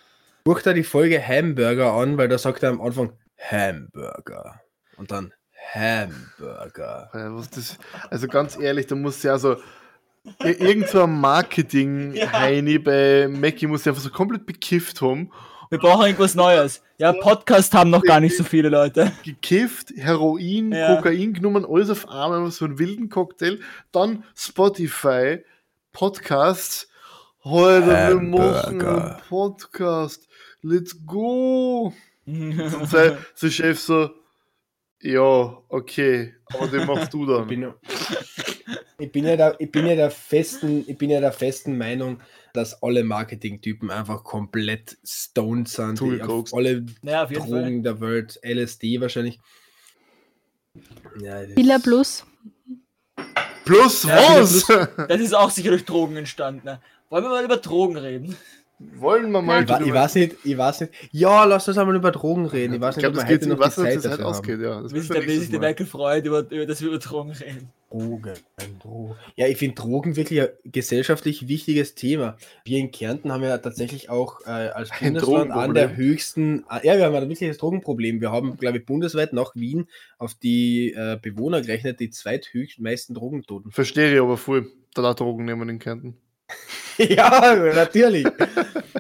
Hurcht da die Folge Hamburger an, weil da sagt er am Anfang Hamburger. Und dann Hamburger.
Äh, Was das, also ganz ehrlich, da muss ja so ir- irgend so ein Marketing
Ja.
Heini bei Mackie muss ja einfach so komplett bekifft haben,
Wir brauchen irgendwas Neues. Ja, Podcast haben noch gar nicht so viele Leute.
gekifft, Heroin,
Ja.
Kokain genommen, alles auf einmal so einen wilden Cocktail, dann Spotify, Podcasts, heute wir machen einen
Hamburger.
Podcast, let's go. Und sein, sein Chef so, ja, okay, aber den machst du
Ich
dann.
bin, ich, bin ja der, ich, bin ja der festen, ich bin ja der festen Meinung, dass alle Marketingtypen einfach komplett stoned sind. Die
Zugekokst.
auf alle
Naja, auf jeden Fall.
Drogen der Welt, LSD wahrscheinlich. Ja, das-
Villa Plus.
Plus
Ja,
was?
Das ist auch sicher durch Drogen entstanden. Ne? Wollen wir mal über Drogen reden?
Wollen wir mal
Ich, wa- ich
drüber-
weiß nicht, ich weiß nicht. Ja, lass uns einmal über Drogen reden. Ich
Ich
weiß nicht,
glaube, das
wir
geht
heute
in was
die
jetzt
Zeit
halt
dafür haben.
ausgeht, ja. Das
Wie sich
wissen
der,
wir
wie sich
nächstes
der
Mal.
Merkel freut, über, über, dass wir über Drogen reden.
Drogen. ein Dro- Ja, ich finde Drogen wirklich ein gesellschaftlich wichtiges Thema. Wir in Kärnten haben ja tatsächlich auch äh, als
Ein
Bundesland an der
Drogenproblem.
höchsten, ah, ja, wir haben ein wirkliches Drogenproblem. Wir haben, glaube ich, bundesweit nach Wien auf die äh, Bewohner gerechnet, die zweithöchst meisten Drogentoten.
Verstehe ich aber voll. Da da Drogen nehmen in Kärnten.
ja, natürlich.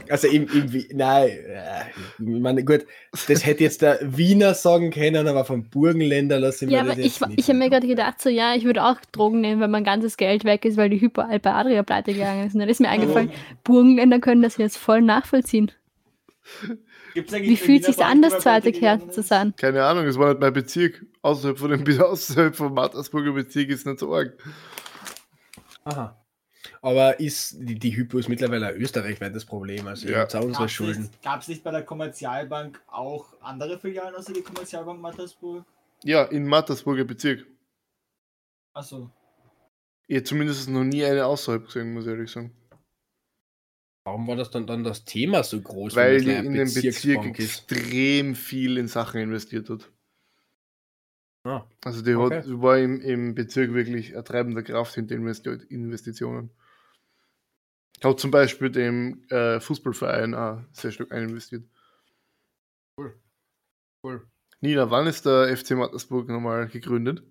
also im, im Wi- nein, äh, ich meine, gut, das hätte jetzt der Wiener sagen können, aber vom Burgenländer lasse ich
Ja,
mir
aber
das
ich,
jetzt
wa-
nicht
ich habe mir
machen.
gerade gedacht, so ja, ich würde auch Drogen nehmen, wenn mein ganzes Geld weg ist, weil die Hyperalpe Adria pleite gegangen ist. Und dann ist mir eingefallen,
Also,
Burgenländer können das jetzt voll nachvollziehen.
Gibt's
Wie fühlt sich an, das zweite Kerze zu sein?
Keine Ahnung, es war nicht mein Bezirk. Außerhalb von dem außerhalb vom Mattersburger Bezirk ist nicht so arg.
Aha. Aber ist, die, die Hypo ist mittlerweile ein österreichweites Problem. Also
Ja.
ja. auch unsere Schulden.
Gab es nicht bei der Kommerzialbank auch andere Filialen außer die Kommerzialbank Mattersburg?
Ja, in Mattersburger Bezirk.
Achso.
Ich hab zumindest noch nie eine außerhalb gesehen, muss ich ehrlich sagen.
Warum war das dann, dann das Thema so groß?
Weil
wenn
die
das eine
in dem Bezirk
Bezirksbank ist?
extrem viel in Sachen investiert hat.
Ah,
Also die
okay.
hat, war im, im Bezirk wirklich eine treibende Kraft hinter Investi Investitionen. Hat zum Beispiel dem äh, Fußballverein auch sehr stark eininvestiert.
Cool. Cool.
Nina, wann ist der FC Mattersburg nochmal gegründet?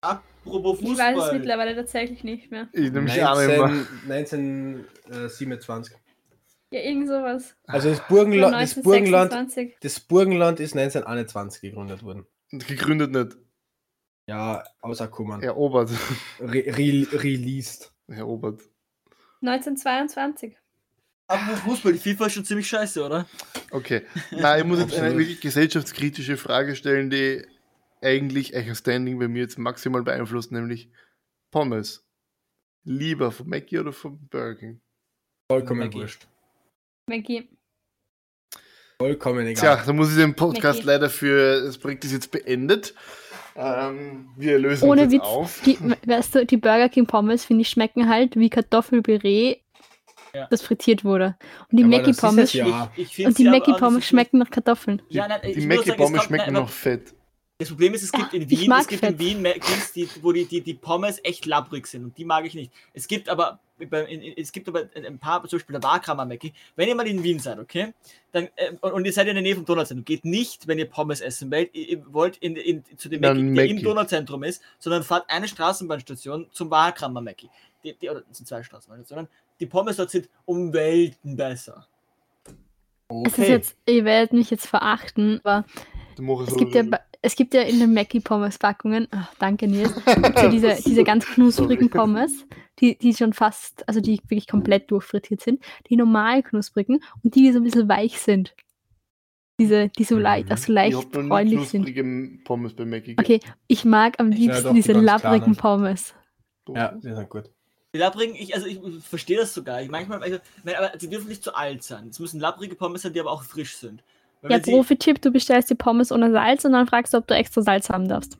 Apropos Fußball.
mittlerweile tatsächlich nicht mehr.
Ich nehme mich an,
19, 1927.
Ja, irgend sowas.
äh, Also das, Burgenla das, Burgenland,
1926.
das Burgenland ist 1921 gegründet worden.
Gegründet nicht.
Ja, außer Kummern.
Erobert.
Re re released.
Erobert.
1922.
Aber Fußball, die FIFA ist schon ziemlich scheiße, oder?
Okay. Nein, ich muss jetzt eine
Absolut.
wirklich gesellschaftskritische Frage stellen, die eigentlich euer Standing bei mir jetzt maximal beeinflusst, nämlich Pommes. Lieber von Mackie oder von Burger King?
Vollkommen
Maggi.
wurscht.
Maggie.
Vollkommen egal.
Tja, dann muss ich den Podcast
Mackie.
leider für das Projekt ist jetzt beendet. Ähm, wir lösen
Ohne
uns
Witz,
jetzt auf.
die, weißt du, die Burger King Pommes, finde ich, schmecken halt wie Kartoffelpüree,
Ja.
das frittiert wurde. Und die
Aber
Mackie
das ist
Pommes,
es Ja.
Ich, ich find
und die
sie aber
Mackie
auch nicht so
Pommes
schlecht.
schmecken nach Kartoffeln.
Die,
Ja, nein, ich
die
muss
Mackie
sagen, es
Pommes
kommt- nein,
schmecken
aber-
noch fett.
Das Problem ist, es gibt in
Ich
Wien,
mag
es gibt in
Fett.
Wien Maggis, die, wo die, die, die Pommes echt labbrig sind und die mag ich nicht. Es gibt aber, bei- in- in- es gibt aber ein paar, zum Beispiel der Warkramer Macki. Wenn ihr mal in Wien seid, okay, dann, äh, und, und ihr seid in der Nähe vom Donauzentrum, geht nicht, wenn ihr Pommes essen wollt, ihr, ihr wollt in, in, zu dem
Dann
Macki, der im
Mackie.
Donauzentrum ist, sondern fahrt eine Straßenbahnstation zum Warkramer Macki. Die, die, oder es sind zwei Straßenbahnstationen. Die Pommes dort sind um Welten besser.
Es ist
Okay.
jetzt, ihr werdet mich jetzt verachten, aber
Du machst
es gibt ja,
sowieso-
ba- es gibt ja in den Mackie Pommes Packungen, ach, danke Nils, gibt's ja diese, diese ganz
Sorry.
knusprigen Pommes, die, die schon fast, also die wirklich komplett durchfrittiert sind, die normal knusprigen und die, die so ein bisschen weich sind. Diese, die so leicht,
Mhm.
auch so
ich
leicht
hab noch nie
bräunlich sind.
knusprige Pommes bei Mackie
Okay, ich mag am
Ja,
liebsten
doch, die
diese
ganz
labbrigen
kleinen.
Pommes.
Ja, die sind gut.
Die labbrigen, ich, also ich verstehe das sogar. Ich manchmal, also, nein, aber sie dürfen nicht zu alt sein. Es müssen labbrige Pommes sein, die aber auch frisch sind. Weil
Ja,
wenn sie-
Profi-Tipp, du bestellst die Pommes ohne Salz und dann fragst du, ob du extra Salz haben darfst.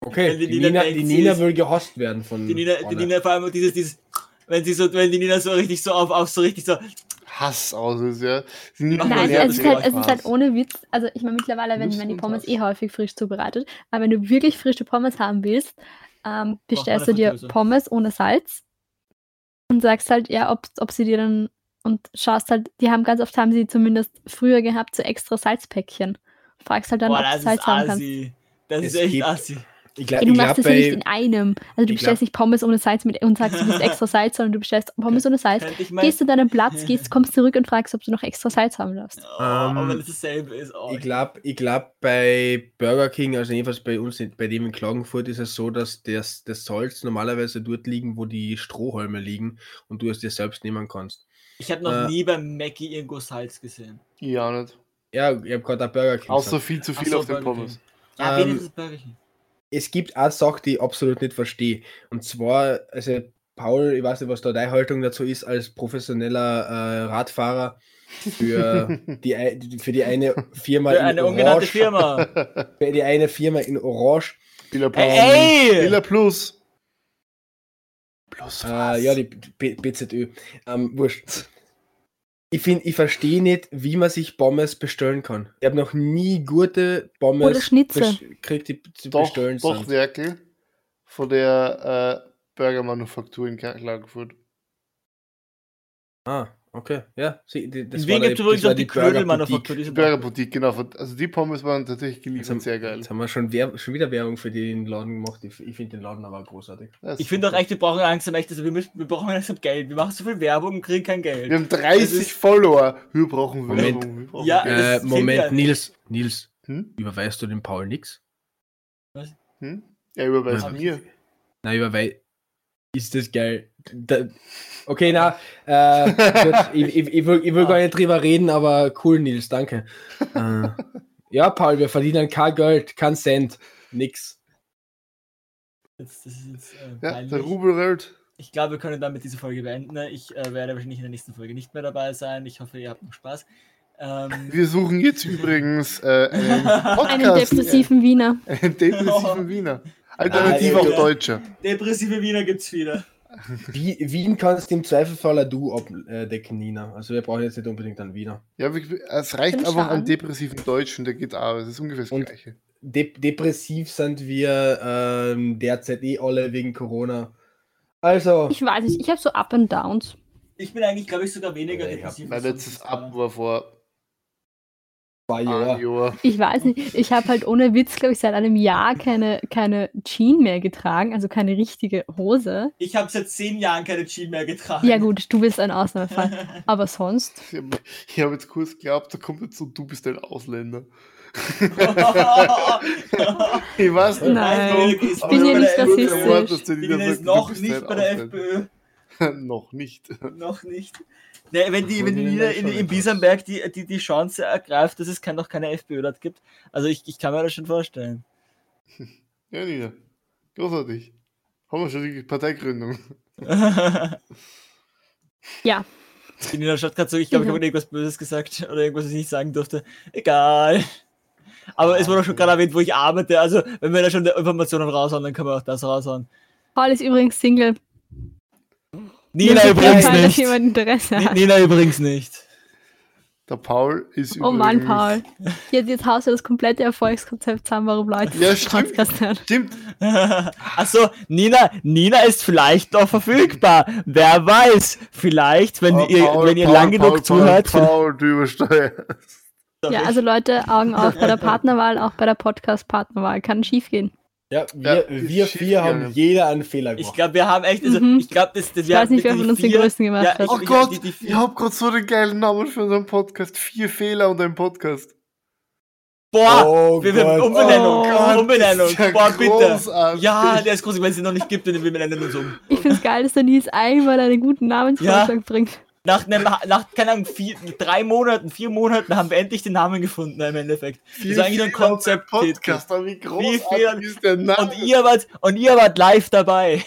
Okay,
Wenn die
die
Nina
Nina,
denkt,
die
sie
Nina
ist-
will gehostet werden von.
die, Nina, die
vorne.
Nina vor allem dieses, dieses, wenn sie so, wenn die Nina so richtig so auf, auf so richtig so.
Hass aus ist, ja. Sie nimmt
Ach,
mal
Nein,
her,
also es
dass
ist,
ihr
halt, es
Spaß.
ist halt ohne Witz. Also ich meine mittlerweile, wenn,
Lust
wenn die
und
Pommes
Hass.
eh häufig frisch zubereitet, aber wenn du wirklich frische Pommes haben willst, ähm, bestellst du
eine
dir
Fritteuse.
Pommes ohne Salz und sagst halt, ja, ob, ob sie dir dann und schaust halt, die haben ganz oft haben sie zumindest früher gehabt so extra Salzpäckchen. Fragst halt dann,
boah,
ob du
das
Salz
ist
haben kannst.
assi. Das
Es
ist echt
gibt-
assi.
Ich
Ey,
glaube,
du
ich
machst
glaub,
das ja nicht in
bei,
einem. Also du
ich
bestellst nicht Pommes ohne Salz mit und sagst, du bist extra Salz, sondern du bestellst Pommes ohne Salz.
Könnte ich mal.
Gehst du deinen Platz, gehst, kommst zurück und fragst, ob du noch extra Salz haben darfst.
oh, aber
Ähm,
wenn es dasselbe ist, oh,
ich glaub, ich glaub, bei Burger King, also jedenfalls bei uns, in- bei dem in Klagenfurt, ist es so, dass das, das Salz normalerweise dort liegen, wo die Strohhalme liegen und du es dir selbst nehmen kannst.
ich habe noch
äh,
nie beim Mackie irgendwo Salz gesehen.
Ja, nicht.
Ja, ich habe gerade auch Burger King.
Außer
gesagt.
viel zu
halt- Ach
viel
so,
auf den
Burger King.
Pommes.
Ja,
Ähm,
wenigstens Burger King.
es gibt eine Sache, die ich absolut nicht verstehe. Und zwar, also Paul, ich weiß nicht, was da deine Haltung dazu ist, als professioneller äh, Radfahrer für die, ei- für die eine Firma
Für eine ungenannte Firma.
Für die eine Firma in Orange.
Billa Plus.
Ey!
Billa Plus. Ah, Plus was?
Äh, ja, die B BZÖ. Ähm, wurscht. Ich finde, ich verstehe nicht, wie man sich Pommes bestellen kann. Ich habe noch nie gute Pommes
Oder Schnitzel.
bes- Kriegt die zu
doch,
bestellen.
doch
sind.
Werkel von der äh, Burgermanufaktur in Klagenfurt.
Ah, okay. Ja, sie, die, das
In
war
Wien gibt es
die-
übrigens
das war
auch die
Burger
Knödelmanufaktur.
Boutique.
diese-
Die Burgerboutique, genau. von- Also die Pommes waren tatsächlich
Jetzt haben,
geliefert, sehr geil.
jetzt haben wir schon, Wer schon wieder Werbung für den Laden gemacht. Ich, ich finde den Laden aber großartig.
Das-
Ich finde auch echt, wir brauchen langsam echt, also wir, müssen, wir brauchen langsam Geld. Wir machen so viel Werbung und kriegen kein Geld.
Wir haben
Das
30
ist-
Follower. Wir brauchen
Moment.
Werbung. Wir brauchen
Ja,
Geld.
das
Äh,
finden wir-
Moment, Nils, Nils,
Hm?
überweist du dem Paul nix?
Hm? Er überweist
Ja.
mir.
Na, überweist. Ist das geil. Da, okay, na, äh, gut, ich, ich, ich will, ich will gar nicht drüber reden, aber cool, Nils, danke. Äh, ja, Paul, wir verdienen kein Geld, kein Cent, nix.
Jetzt- Das ist jetzt, äh,
Ja,
peinlich.
der Rubel rollt.
ich glaube, wir können damit diese Folge beenden. Ich äh, werde wahrscheinlich in der nächsten Folge nicht mehr dabei sein. Ich hoffe, ihr habt noch Spaß. Ähm,
Wir suchen jetzt übrigens äh, einen
Einen
Podcast. Äh,
depressiven Wiener.
Einen depressiven Wiener. Alternativ
Ah,
auch
ja.
Deutscher.
depressive Wiener gibt's wieder.
Wie, Wien kannst du im Zweifelsfall auch du abdecken, Nina. Also wir brauchen jetzt nicht unbedingt einen Wiener.
Ja, wirklich, es reicht
Findest du
einfach an
an?
depressiven Deutschen, der geht auch. Es ist ungefähr das
Und-
Gleiche.
De depressiv sind wir ähm, derzeit eh alle wegen Corona. Also,
Ich weiß nicht, ich habe so Up and Downs.
Ich bin eigentlich, glaube ich, sogar weniger
Ja, ich hab-
depressiv.
Mein
als sonst,
letztes
aber-
Ab war vor
Zwei
Ein
Jahre.
Jahr.
Ich weiß nicht, ich habe halt ohne Witz, glaube ich, seit einem Jahr keine, keine Jean mehr getragen, also keine richtige Hose.
Ich habe seit zehn Jahren keine Jeans mehr getragen.
Ja gut, du bist ein Ausnahmefall. Aber sonst,
Ich habe hab jetzt kurz gehabt, da kommt jetzt so, du bist ein Ausländer. Ich weiß nicht,
Nein.
warum,
Ich
aber ich
bin hier
bin
nicht
der
rassistisch.
erste Wort, dass die
Ich
wieder
bin jetzt
sagen, du
noch
bist
nicht
ein
bei der
Ausländer.
FPÖ.
noch nicht.
Noch nicht. Nee, wenn die, wenn die
Wurde denn
wieder
dann
in,
schon
in
etwas?
Biesenberg die, die, die Chance ergreift, dass es kein, noch keine FPÖ dort gibt. Also ich, ich kann mir das schon vorstellen.
Ja, Nina. Großartig. Haben wir schon die Parteigründung.
die
Ja.
Nina schaut gerade so, ich glaube, ich habe irgendwas Böses gesagt oder irgendwas, was ich nicht sagen durfte. Egal. Aber es wurde auch schon gerade erwähnt, wo ich arbeite. Also, wenn wir da schon Informationen raushauen, dann können wir auch das raushauen.
Paul ist übrigens Single.
Nina
Nur für den
übrigens
Fall, dass
nicht.
jemand Interesse
Ni-
hat.
Nina übrigens nicht.
Der Paul ist
Oh Mann,
übrigens-
Paul. Jetzt, jetzt haust du das komplette Erfolgskonzept zusammen, warum Leute
Ja,
den
stimmt.
Podcast hören.
Stimmt,
Achso, Nina, Nina ist vielleicht noch verfügbar. Wer weiß, vielleicht, wenn
Oh,
ihr,
Paul,
wenn ihr
Paul,
lang genug
Paul,
zuhört.
Paul, Paul, du übersteuerst.
Ja, also Leute, Augen auf bei der Partnerwahl, auch bei der Podcast-Partnerwahl. Kann schief gehen.
Ja, wir,
Ja, ist
wir
schief
vier haben
gegangen.
jeder einen Fehler
ich
gemacht.
glaube, wir haben echt, also,
Mhm.
ich glaube, das, das
Ich weiß nicht, wer von uns den größten gemacht
Ja,
hat.
Oh
Also, ich-
Gott,
die- die vier-
ich hab grad so den geilen Namen für unseren Podcast. Vier Fehler und ein Podcast.
Boah,
oh
wir, wir,
Gott.
Umbenennung,
Gott,
Umbenennung,
ist ja
boah, bitte.
großartig.
Ja, der ist groß, wenn es ihn noch nicht gibt, dann wir benennen uns um.
Ich finde es geil, dass der Nils einmal einen guten Namensvorschlag bringt.
Nach, einem, nach keine Ahnung, vier, drei Monaten, vier Monaten haben wir endlich den Namen gefunden im Endeffekt. Das
Vier
ist eigentlich nur ein
Fehler und
Konzept.
Podcast, aber wie
Fehler-
großartig ist der Name?
Und ihr wart, und ihr wart live dabei.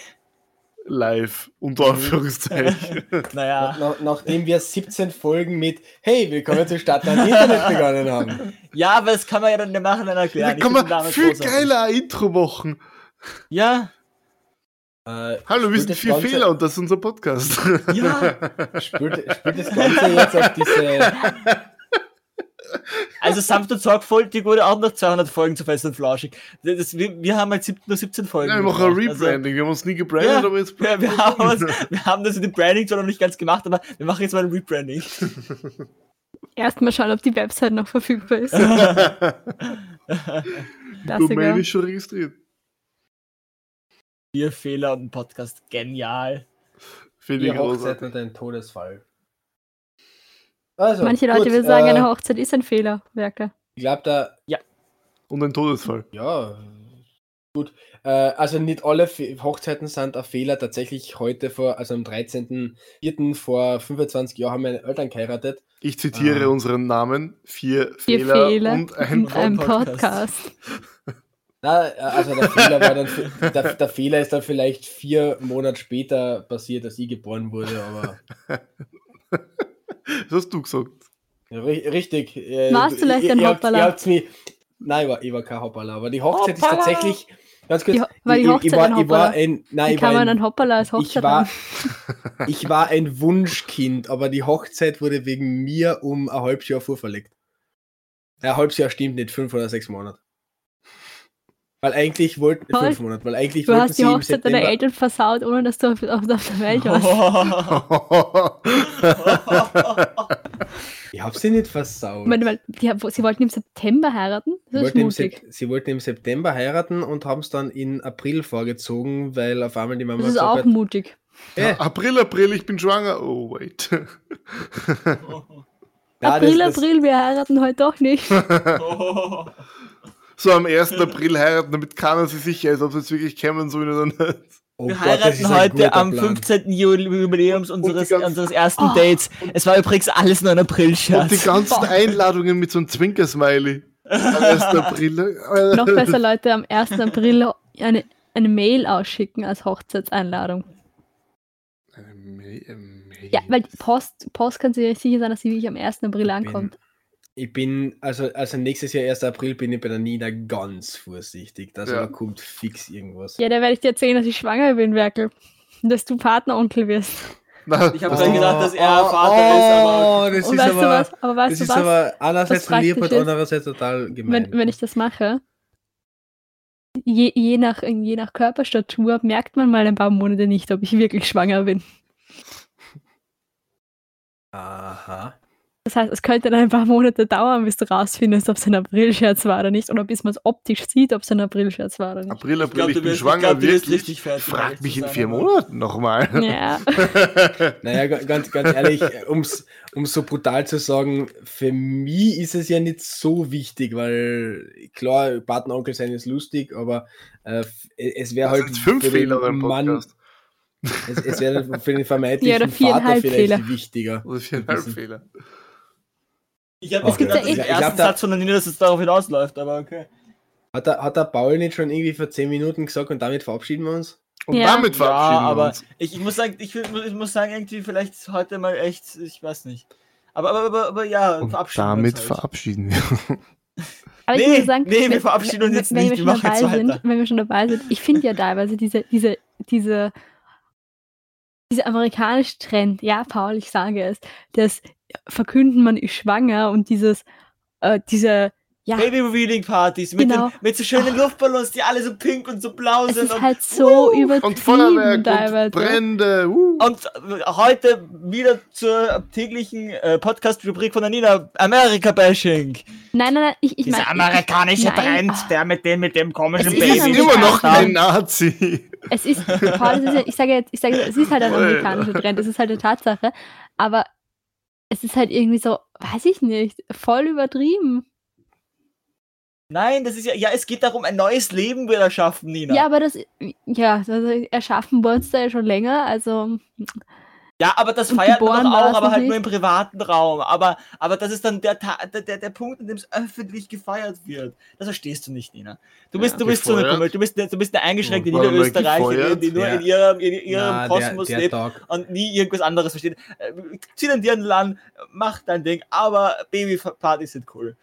Live, unter Anführungszeichen.
Naja,
Na, nachdem wir 17 Folgen mit Hey, willkommen zur Stadt am Internet begonnen haben.
ja, aber das kann man ja dann im Nachhinein erklären.
da
Ich
kann
find den
man
Namen
viel
großartig.
geiler ein Intro machen.
Ja,
Äh,
Hallo, wir
Gut,
sind
das
vier
Ganze-
Fehler und das ist unser Podcast.
ja.
Spielt, spielt das Ganze jetzt auf diese.
Also sanft und sorgfältig wurde auch noch 200 Folgen zu Fest und Flauschig. Das, wir, wir haben halt sieb- nur 17 Folgen.
Nein, wir machen ein
gebraucht. Also-
Rebranding. Wir haben uns nie gebrandet,
Ja.
aber jetzt.
Ja, wir, haben uns, wir haben das in dem Branding zwar noch nicht ganz gemacht, aber wir machen jetzt mal ein Rebranding.
Erstmal schauen, ob die Website noch verfügbar ist. Das
Domain
egal.
ist schon registriert.
Vier Fehler und ein Podcast. Genial.
Finde ich
die Hochzeit
großartig.
und ein Todesfall.
Also,
Manche Leute
gut,
würden sagen,
äh,
eine Hochzeit ist ein Fehler, Werke.
Ich glaube, da
Und ein Todesfall.
Ja, gut. Äh, also nicht alle Fe Hochzeiten sind ein Fehler. Tatsächlich heute vor, also am 13.04. vor 25 Jahren haben meine Eltern geheiratet.
Ich zitiere
Ah.
unseren Namen. Vier,
Vier
Fehler,
Fehler
und ein
Und ein
Podcast.
Podcast.
Na, äh, also der Fehler war dann, der, der Fehler ist dann vielleicht vier Monate später passiert, als ich geboren wurde, aber
Das hast du gesagt.
ja, ri- richtig. Äh,
Warst du leicht
ihr-
ein
ihr habt-
Hoppala?
Ihr habt's mir, nein, ich war, ich war kein Hoppala, aber die Hochzeit
Hoppala!
ist tatsächlich, ganz kurz,
Die Ho- war die
ich- ich,
Hochzeit
war,
ein
ich war
Hoppala?
ein, nein,
Wie
ich war
kann man
ein-
dann Hoppala als
Ich
Hochzeit
war,
haben?
ich war ein Wunschkind, aber die Hochzeit wurde wegen mir um ein halbes Jahr vorverlegt. Ein halbes Jahr stimmt nicht, fünf oder sechs Monate. Weil eigentlich wollten
Toll.
fünf Monate, weil eigentlich
Du
wollten
hast
sie
die
im
Hochzeit deiner
September-
Eltern versaut, ohne dass du auf, auf, auf der Welt warst.
Oh.
Ich hab sie nicht versaut.
Ich meine, weil die, wo- sie wollten im September heiraten?
sie,
Das ist
wollten im
mutig.
Sep- sie wollten im September heiraten und haben es dann in April vorgezogen, weil auf einmal die Mama
Das ist auch mutig.
Äh,
April, April, ich bin schwanger. Oh, wait.
na,
April,
Ah, das, das,
April, wir heiraten heute doch nicht.
Oh.
So am 1. April heiraten, damit keiner sich sicher ist, ob es jetzt wirklich kämen so oder nicht.
Oh
Wir
Gott, das ist
heiraten
ein
heute
guter
am
Plan.
15. Juli Jubiläums
die
unseres,
ganzen- Ah.
unseres ersten
Oh.
Dates. Es war übrigens alles nur ein
Und die
April-Scherz.
ganzen Einladungen mit so einem Zwinkersmiley. Am 1. April.
Noch besser, Leute, am 1. April eine, eine Mail ausschicken als Hochzeitseinladung. Ja, weil die Post, Post kann sich sicher sein, dass sie wirklich am 1. April ankommt.
Ich bin, also, also nächstes Jahr, 1. April, bin ich bei der Nina ganz vorsichtig. Also
Ja.
da kommt fix irgendwas.
Ja, da werde ich dir erzählen, dass ich schwanger bin, Werkel. Und dass du Partneronkel wirst.
Na, also
Ich habe
das-
dann gedacht, dass er Vater ist, aber.
ist, aber. Oh, Das
Und
ist
weißt
aber,
du was? Aber
Das
weißt du
ist
was?
aber einerseits
was
lieb und
praktisch ist?
andererseits total gemein.
wenn, wenn ich das mache, je, je, nach, je nach Körperstatur merkt man mal ein paar Monate nicht, ob ich wirklich schwanger bin.
Aha.
Das heißt, es könnte dann ein paar Monate dauern, bis du rausfindest, ob es ein Aprilscherz war oder nicht. Oder bis man es optisch sieht, ob es ein Aprilscherz war oder nicht.
April, April,
glaub,
ich
du
bin
wirst- ich
schwanger,
glaub, du wirst
wirklich.
richtig fertig,
Frag
ehrlich
mich
zu
in
sein,
vier
aber-
Monaten nochmal.
Ja,
Naja, ga- ganz, ganz ehrlich, um's, um's so brutal zu sagen, für mich ist es ja nicht so wichtig, weil klar, Patenonkel sein ist lustig, aber äh, f- es wäre
Das
halt
sind fünf
für den
Fehler beim Podcast.
es, es wäre dann für den vermeintlichen
Ja, oder
Vater
viereinhalb
vielleicht
Fehler.
wichtiger.
Oder viereinhalb Fehler.
Ich habe
Es
auch
gibt
gedacht,
ja eh-
im
Ich hab
ersten
da-
Satz von der Nina, dass es darauf hinausläuft, aber okay.
Hat der, hat der Paul nicht schon irgendwie vor zehn Minuten gesagt und damit verabschieden wir uns?
Und
Ja.
damit
Ja,
verabschieden wir
aber
uns.
ich, ich muss sagen, ich, will- ich muss sagen, irgendwie vielleicht heute mal echt, ich weiß nicht. Aber, aber, aber, aber ja, verabschieden wir uns
damit
halt.
verabschieden wir
aber ich
Nee,
muss sagen,
nee, wir
wenn-
verabschieden uns
wenn-
jetzt nicht,
wenn wir
wir
schon
machen jetzt
dabei sind,
weiter.
Wenn wir schon dabei sind, ich finde ja teilweise diese, diese, diese, diese amerikanische Trend, ja, Paul, ich sage es, das Verkünden, man ist schwanger und dieses, äh, diese, ja,
Baby Revealing Partys mit,
Genau.
den, mit so schönen Luftballons, die alle so pink und so blau
es
sind.
ist
Und,
halt so übertrieben
Und Feuerwerk und
teilweise.
Brände. Uh.
halt
und heute wieder zur täglichen äh, Podcast-Rubrik von der Nina: Amerika-Bashing.
nein, nein, nein, ich, ich meine,
Dieser amerikanische
nein,
Trend,
ah.
der mit dem, mit dem komischen
Es
Sie
ist
Baby.
ist
Amerika-
immer noch
Amerikaner.
kein Nazi.
Es ist, Paul, es ist ja, ich sage jetzt, ich sage, es ist halt ein
Voll.
amerikanischer Trend, es ist halt eine Tatsache, aber es ist halt irgendwie so, weiß ich nicht, voll übertrieben.
Nein, das ist ja, ja, es geht darum, ein neues Leben wieder schaffen, Nina.
Ja, aber das, ja, also erschaffen wir uns da ja schon länger, also
Ja, aber das
Und
feiert man
geboren
doch
war es
auch, aber
noch
halt nur im
nicht.
privaten Raum. Aber, aber das ist dann der, Ta- der, der, der Punkt, an dem es öffentlich gefeiert wird. Das verstehst du nicht, Nina. Du bist,
Ja.
du bist so eine
Gefeuert.
Kummel, du bist, eine- du bist eine
Oh,
eingeschränkte
Warte mal,
Niederösterreicherin,
gefeuert?
die nur
Ja.
in ihrem, in ihrem
Na,
Kosmos
der, der
lebt
Tag.
und nie irgendwas anderes versteht. Äh, Zieh dein Dirndl an, mach dein Ding, aber Babypartys sind cool.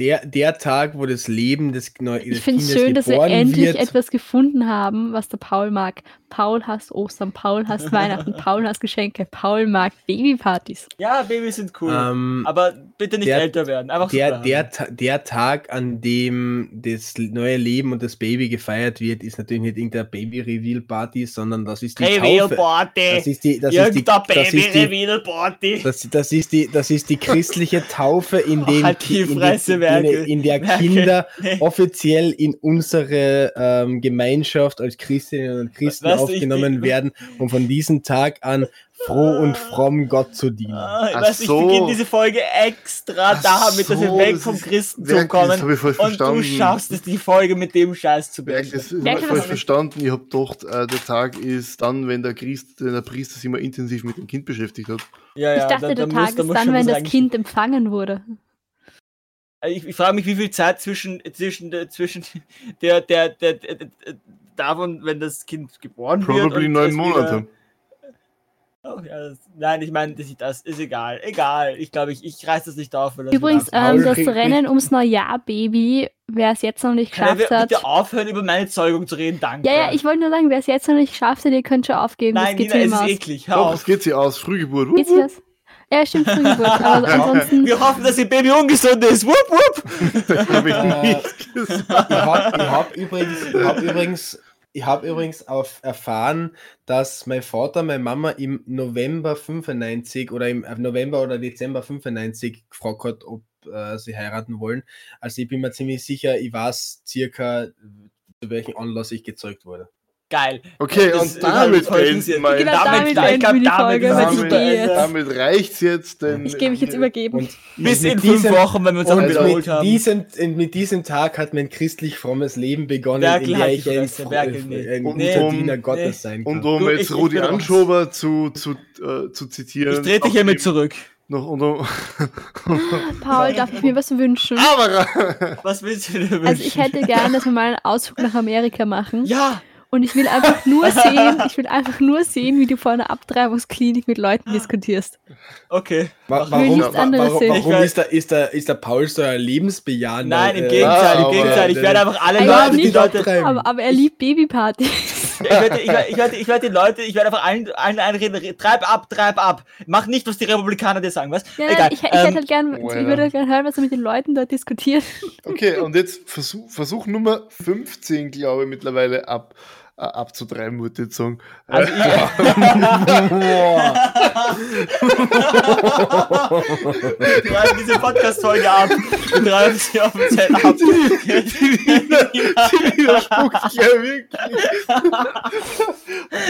Der, der Tag, wo das Leben des, Neu
ich
des
finde es
Kindes
schön, dass wir
geboren
endlich
wird.
etwas gefunden haben, was der Paul mag. Paul hasst Ostern, Paul hasst Weihnachten, Paul hasst Geschenke, Paul mag Babypartys.
Ja, Babys sind cool.
Ähm,
aber bitte nicht
der-
älter werden. Einfach so
der,
bleiben.
der, Ta- der Tag, an dem das neue Leben und das Baby gefeiert wird, ist natürlich nicht irgendeine Baby-Reveal-Party, sondern das ist die
Reveal
Taufe. Das
Party.
ist die, das ist die,
Irgendein
das
Baby
ist die,
Reveal Party.
das, das, ist die, das ist die christliche Taufe, in, dem
Halt die
Ki- in,
Fresse,
in,
Merkel.
in, in der
Merkel.
Kinder
Nee.
offiziell in unsere ähm, Gemeinschaft als Christinnen und Christen
Weißt du, ich-
aufgenommen
ich-
werden, um von diesem Tag an froh und fromm Gott zu dienen.
Ah, ich
Ach
weiß, nicht,
so.
ich beginne diese Folge extra
Ach
damit, dass wir
so,
weg
das
vom
ist-
Christentum
Merkel, Das
kommen.
habe ich voll
Und
verstanden.
du schaffst es, die Folge mit dem Scheiß zu
Merkel,
beenden.
das habe ich
Merkel,
voll
das-
verstanden. Ich habe gedacht, äh, der Tag ist dann, wenn der, Christ, wenn der Priester sich immer intensiv mit dem Kind beschäftigt hat.
Ja,
ich dachte,
da- da
der
muss-
Tag
da
ist
muss
dann,
schon
wenn
was
das
eigentlich-
Kind empfangen wurde.
Ich, ich frage mich, wie viel Zeit zwischen, zwischen, der- zwischen der, der, der, der, der, davon, wenn das Kind geboren wird.
Probably
und
neun
es
Monate.
Wieder, oh, ja, das, nein, ich meine, das, das ist egal. Egal. Ich glaube, ich, ich reiß das nicht auf. weil das-
Übrigens,
Paul
ähm, das
kriegt-
Rennen ums Neujahr, Baby, wer es jetzt noch nicht
Können wir
geschafft hat.
bitte aufhören, über meine Zeugung zu reden? Danke.
Ja, ja, ich wollte nur sagen, wer es jetzt noch nicht geschafft hat, ihr könnt schon aufgeben.
Nein,
das geht
Nina, es
immer
ist eh-
aus.
eklig. Hör
Doch, es
auf.
geht sie aus. Frühgeburt.
Geht's
Wupp,
jetzt? Ja, stimmt, Frühgeburt. Aber ansonsten,
Wir hoffen, dass ihr Baby ungesund ist. Wupp, wupp.
wupp, hab ich
Ah.
nicht.
Ich habe hab übrigens, ich hab übrigens, ich hab übrigens auf erfahren, dass mein Vater, meine Mama im November 95 oder im November oder Dezember 95 gefragt hat, ob äh, sie heiraten wollen. Also ich bin mir ziemlich sicher, ich weiß circa, zu welchem Anlass ich gezeugt wurde.
Geil.
Okay,
Das
und
ist alles
damit
voll
beenden
sensiert.
wir
Genau,
jetzt.
damit
damit- ich glaub,
beenden wir die
damit
Folge,
ist
weil
es
ich
super.
gehe jetzt.
damit reicht's jetzt. Denn
Ich gehe mich jetzt übergeben.
Und
Bis
mit
in fünf
diesem-
Wochen, wenn wir uns auch
Und mit
wiederholt haben.
diesem, mit diesem Tag hat mein christlich frommes Leben begonnen,
Merkel,
in der
halt
ich
die
ein,
Fresse,
fro-
Merkel, nee.
ein
Nee,
guter
nee.
Diener Gottes sein kann.
Und um
Du, ich-
jetzt
ich
Rudi
bin raus.
Anschober zu, zu, äh, zu zitieren.
Ich trete dich
auch
hiermit
eben
zurück.
Noch, und um,
Paul, darf ich mir was wünschen?
aber
Was willst du dir wünschen?
Also ich hätte gern, dass wir mal einen Ausflug nach Amerika machen.
ja,
Und ich will einfach nur sehen, ich will einfach nur sehen, wie du vor einer Abtreibungsklinik mit Leuten diskutierst.
okay.
Wa-
Mach
will
Warum,
nichts
wa-
anderes sehen.
warum,
Ich
warum
weiß-
ist, der, ist, der, ist der Paul so ein lebensbejahender?
Nein, im
äh,
Gegenteil, im
aber-
Gegenteil. Ich werde einfach alle
Aber
Leute, die
Ah, Also nicht-
Leute,
Abtreiben.
Aber, aber er liebt Babypartys.
ich werde, ich, werde, ich, werde, ich werde die Leute, ich werde einfach allen, allen einreden, re- treib ab, treib ab. Mach nicht, was die Republikaner dir sagen, was?
Ja, nein,
Egal.
ich, ich hätte
ähm,
halt gern, ich
Well.
würde gerne hören, was du mit den Leuten dort diskutierst.
Okay, und jetzt Versuch, Versuch Nummer 15, glaube ich, mittlerweile ab. äh, ab zu drei Mutti-Song.
Also ich- Wir reißen diese Podcast-Folge ab und reißen sie auf dem Zettel ab.
widerspuckt ja wirklich.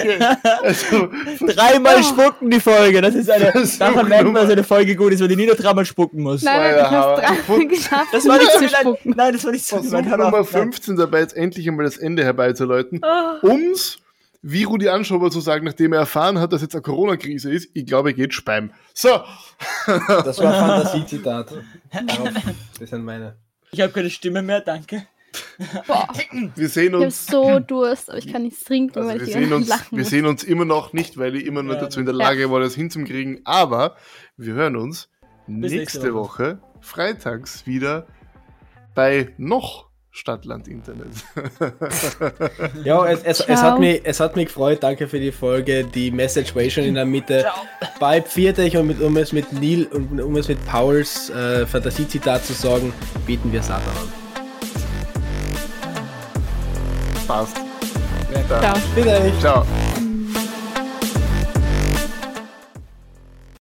okay, also,
Dreimal spucken die Folge. Das ist eine.
Das ist
Daran
eine
merkt man, dass
Nummer.
eine Folge gut ist, wenn die Nina dreimal spucken muss.
Nein.
Nein, ich hab's
aber-
dreimal geschafft,
Das war nicht so
zu
gemeint.
spucken.
Nein, das war nicht so
Versuch
gemeint. Hör auf.
Nummer
Nein.
15 dabei jetzt endlich einmal das Ende herbeizuläuten, um's, wie Rudi Anschober zu sagen, nachdem er erfahren hat, dass jetzt eine Corona-Krise ist, ich glaube, er geht Speim. So,
Das war ein Fantasiezitat. Das sind meine.
Ich habe keine Stimme mehr, danke.
Boah,
wir sehen
ich hab
uns.
so Durst, aber ich kann nichts trinken,
Also
weil
wir,
ich
sehen
hier
uns,
lachen
wir
muss.
sehen uns immer noch nicht, weil ich immer noch
Ja.
dazu in der Lage war, das hinzukriegen. Aber wir hören uns
nächste
nächste Woche, freitags, wieder bei noch Stadtland Internet.
Ja, es, es, es,
Ciao.
hat mich, es hat mich gefreut. Danke für die Folge. Die Message war eh schon in der Mitte.
Ciao.
Bei Viertech und mit, um es mit Neil und um es mit Pauls äh, Fantasiezitat zu sagen, bieten wir Satan an.
Passt.
Ciao.
Bitte.
Ciao.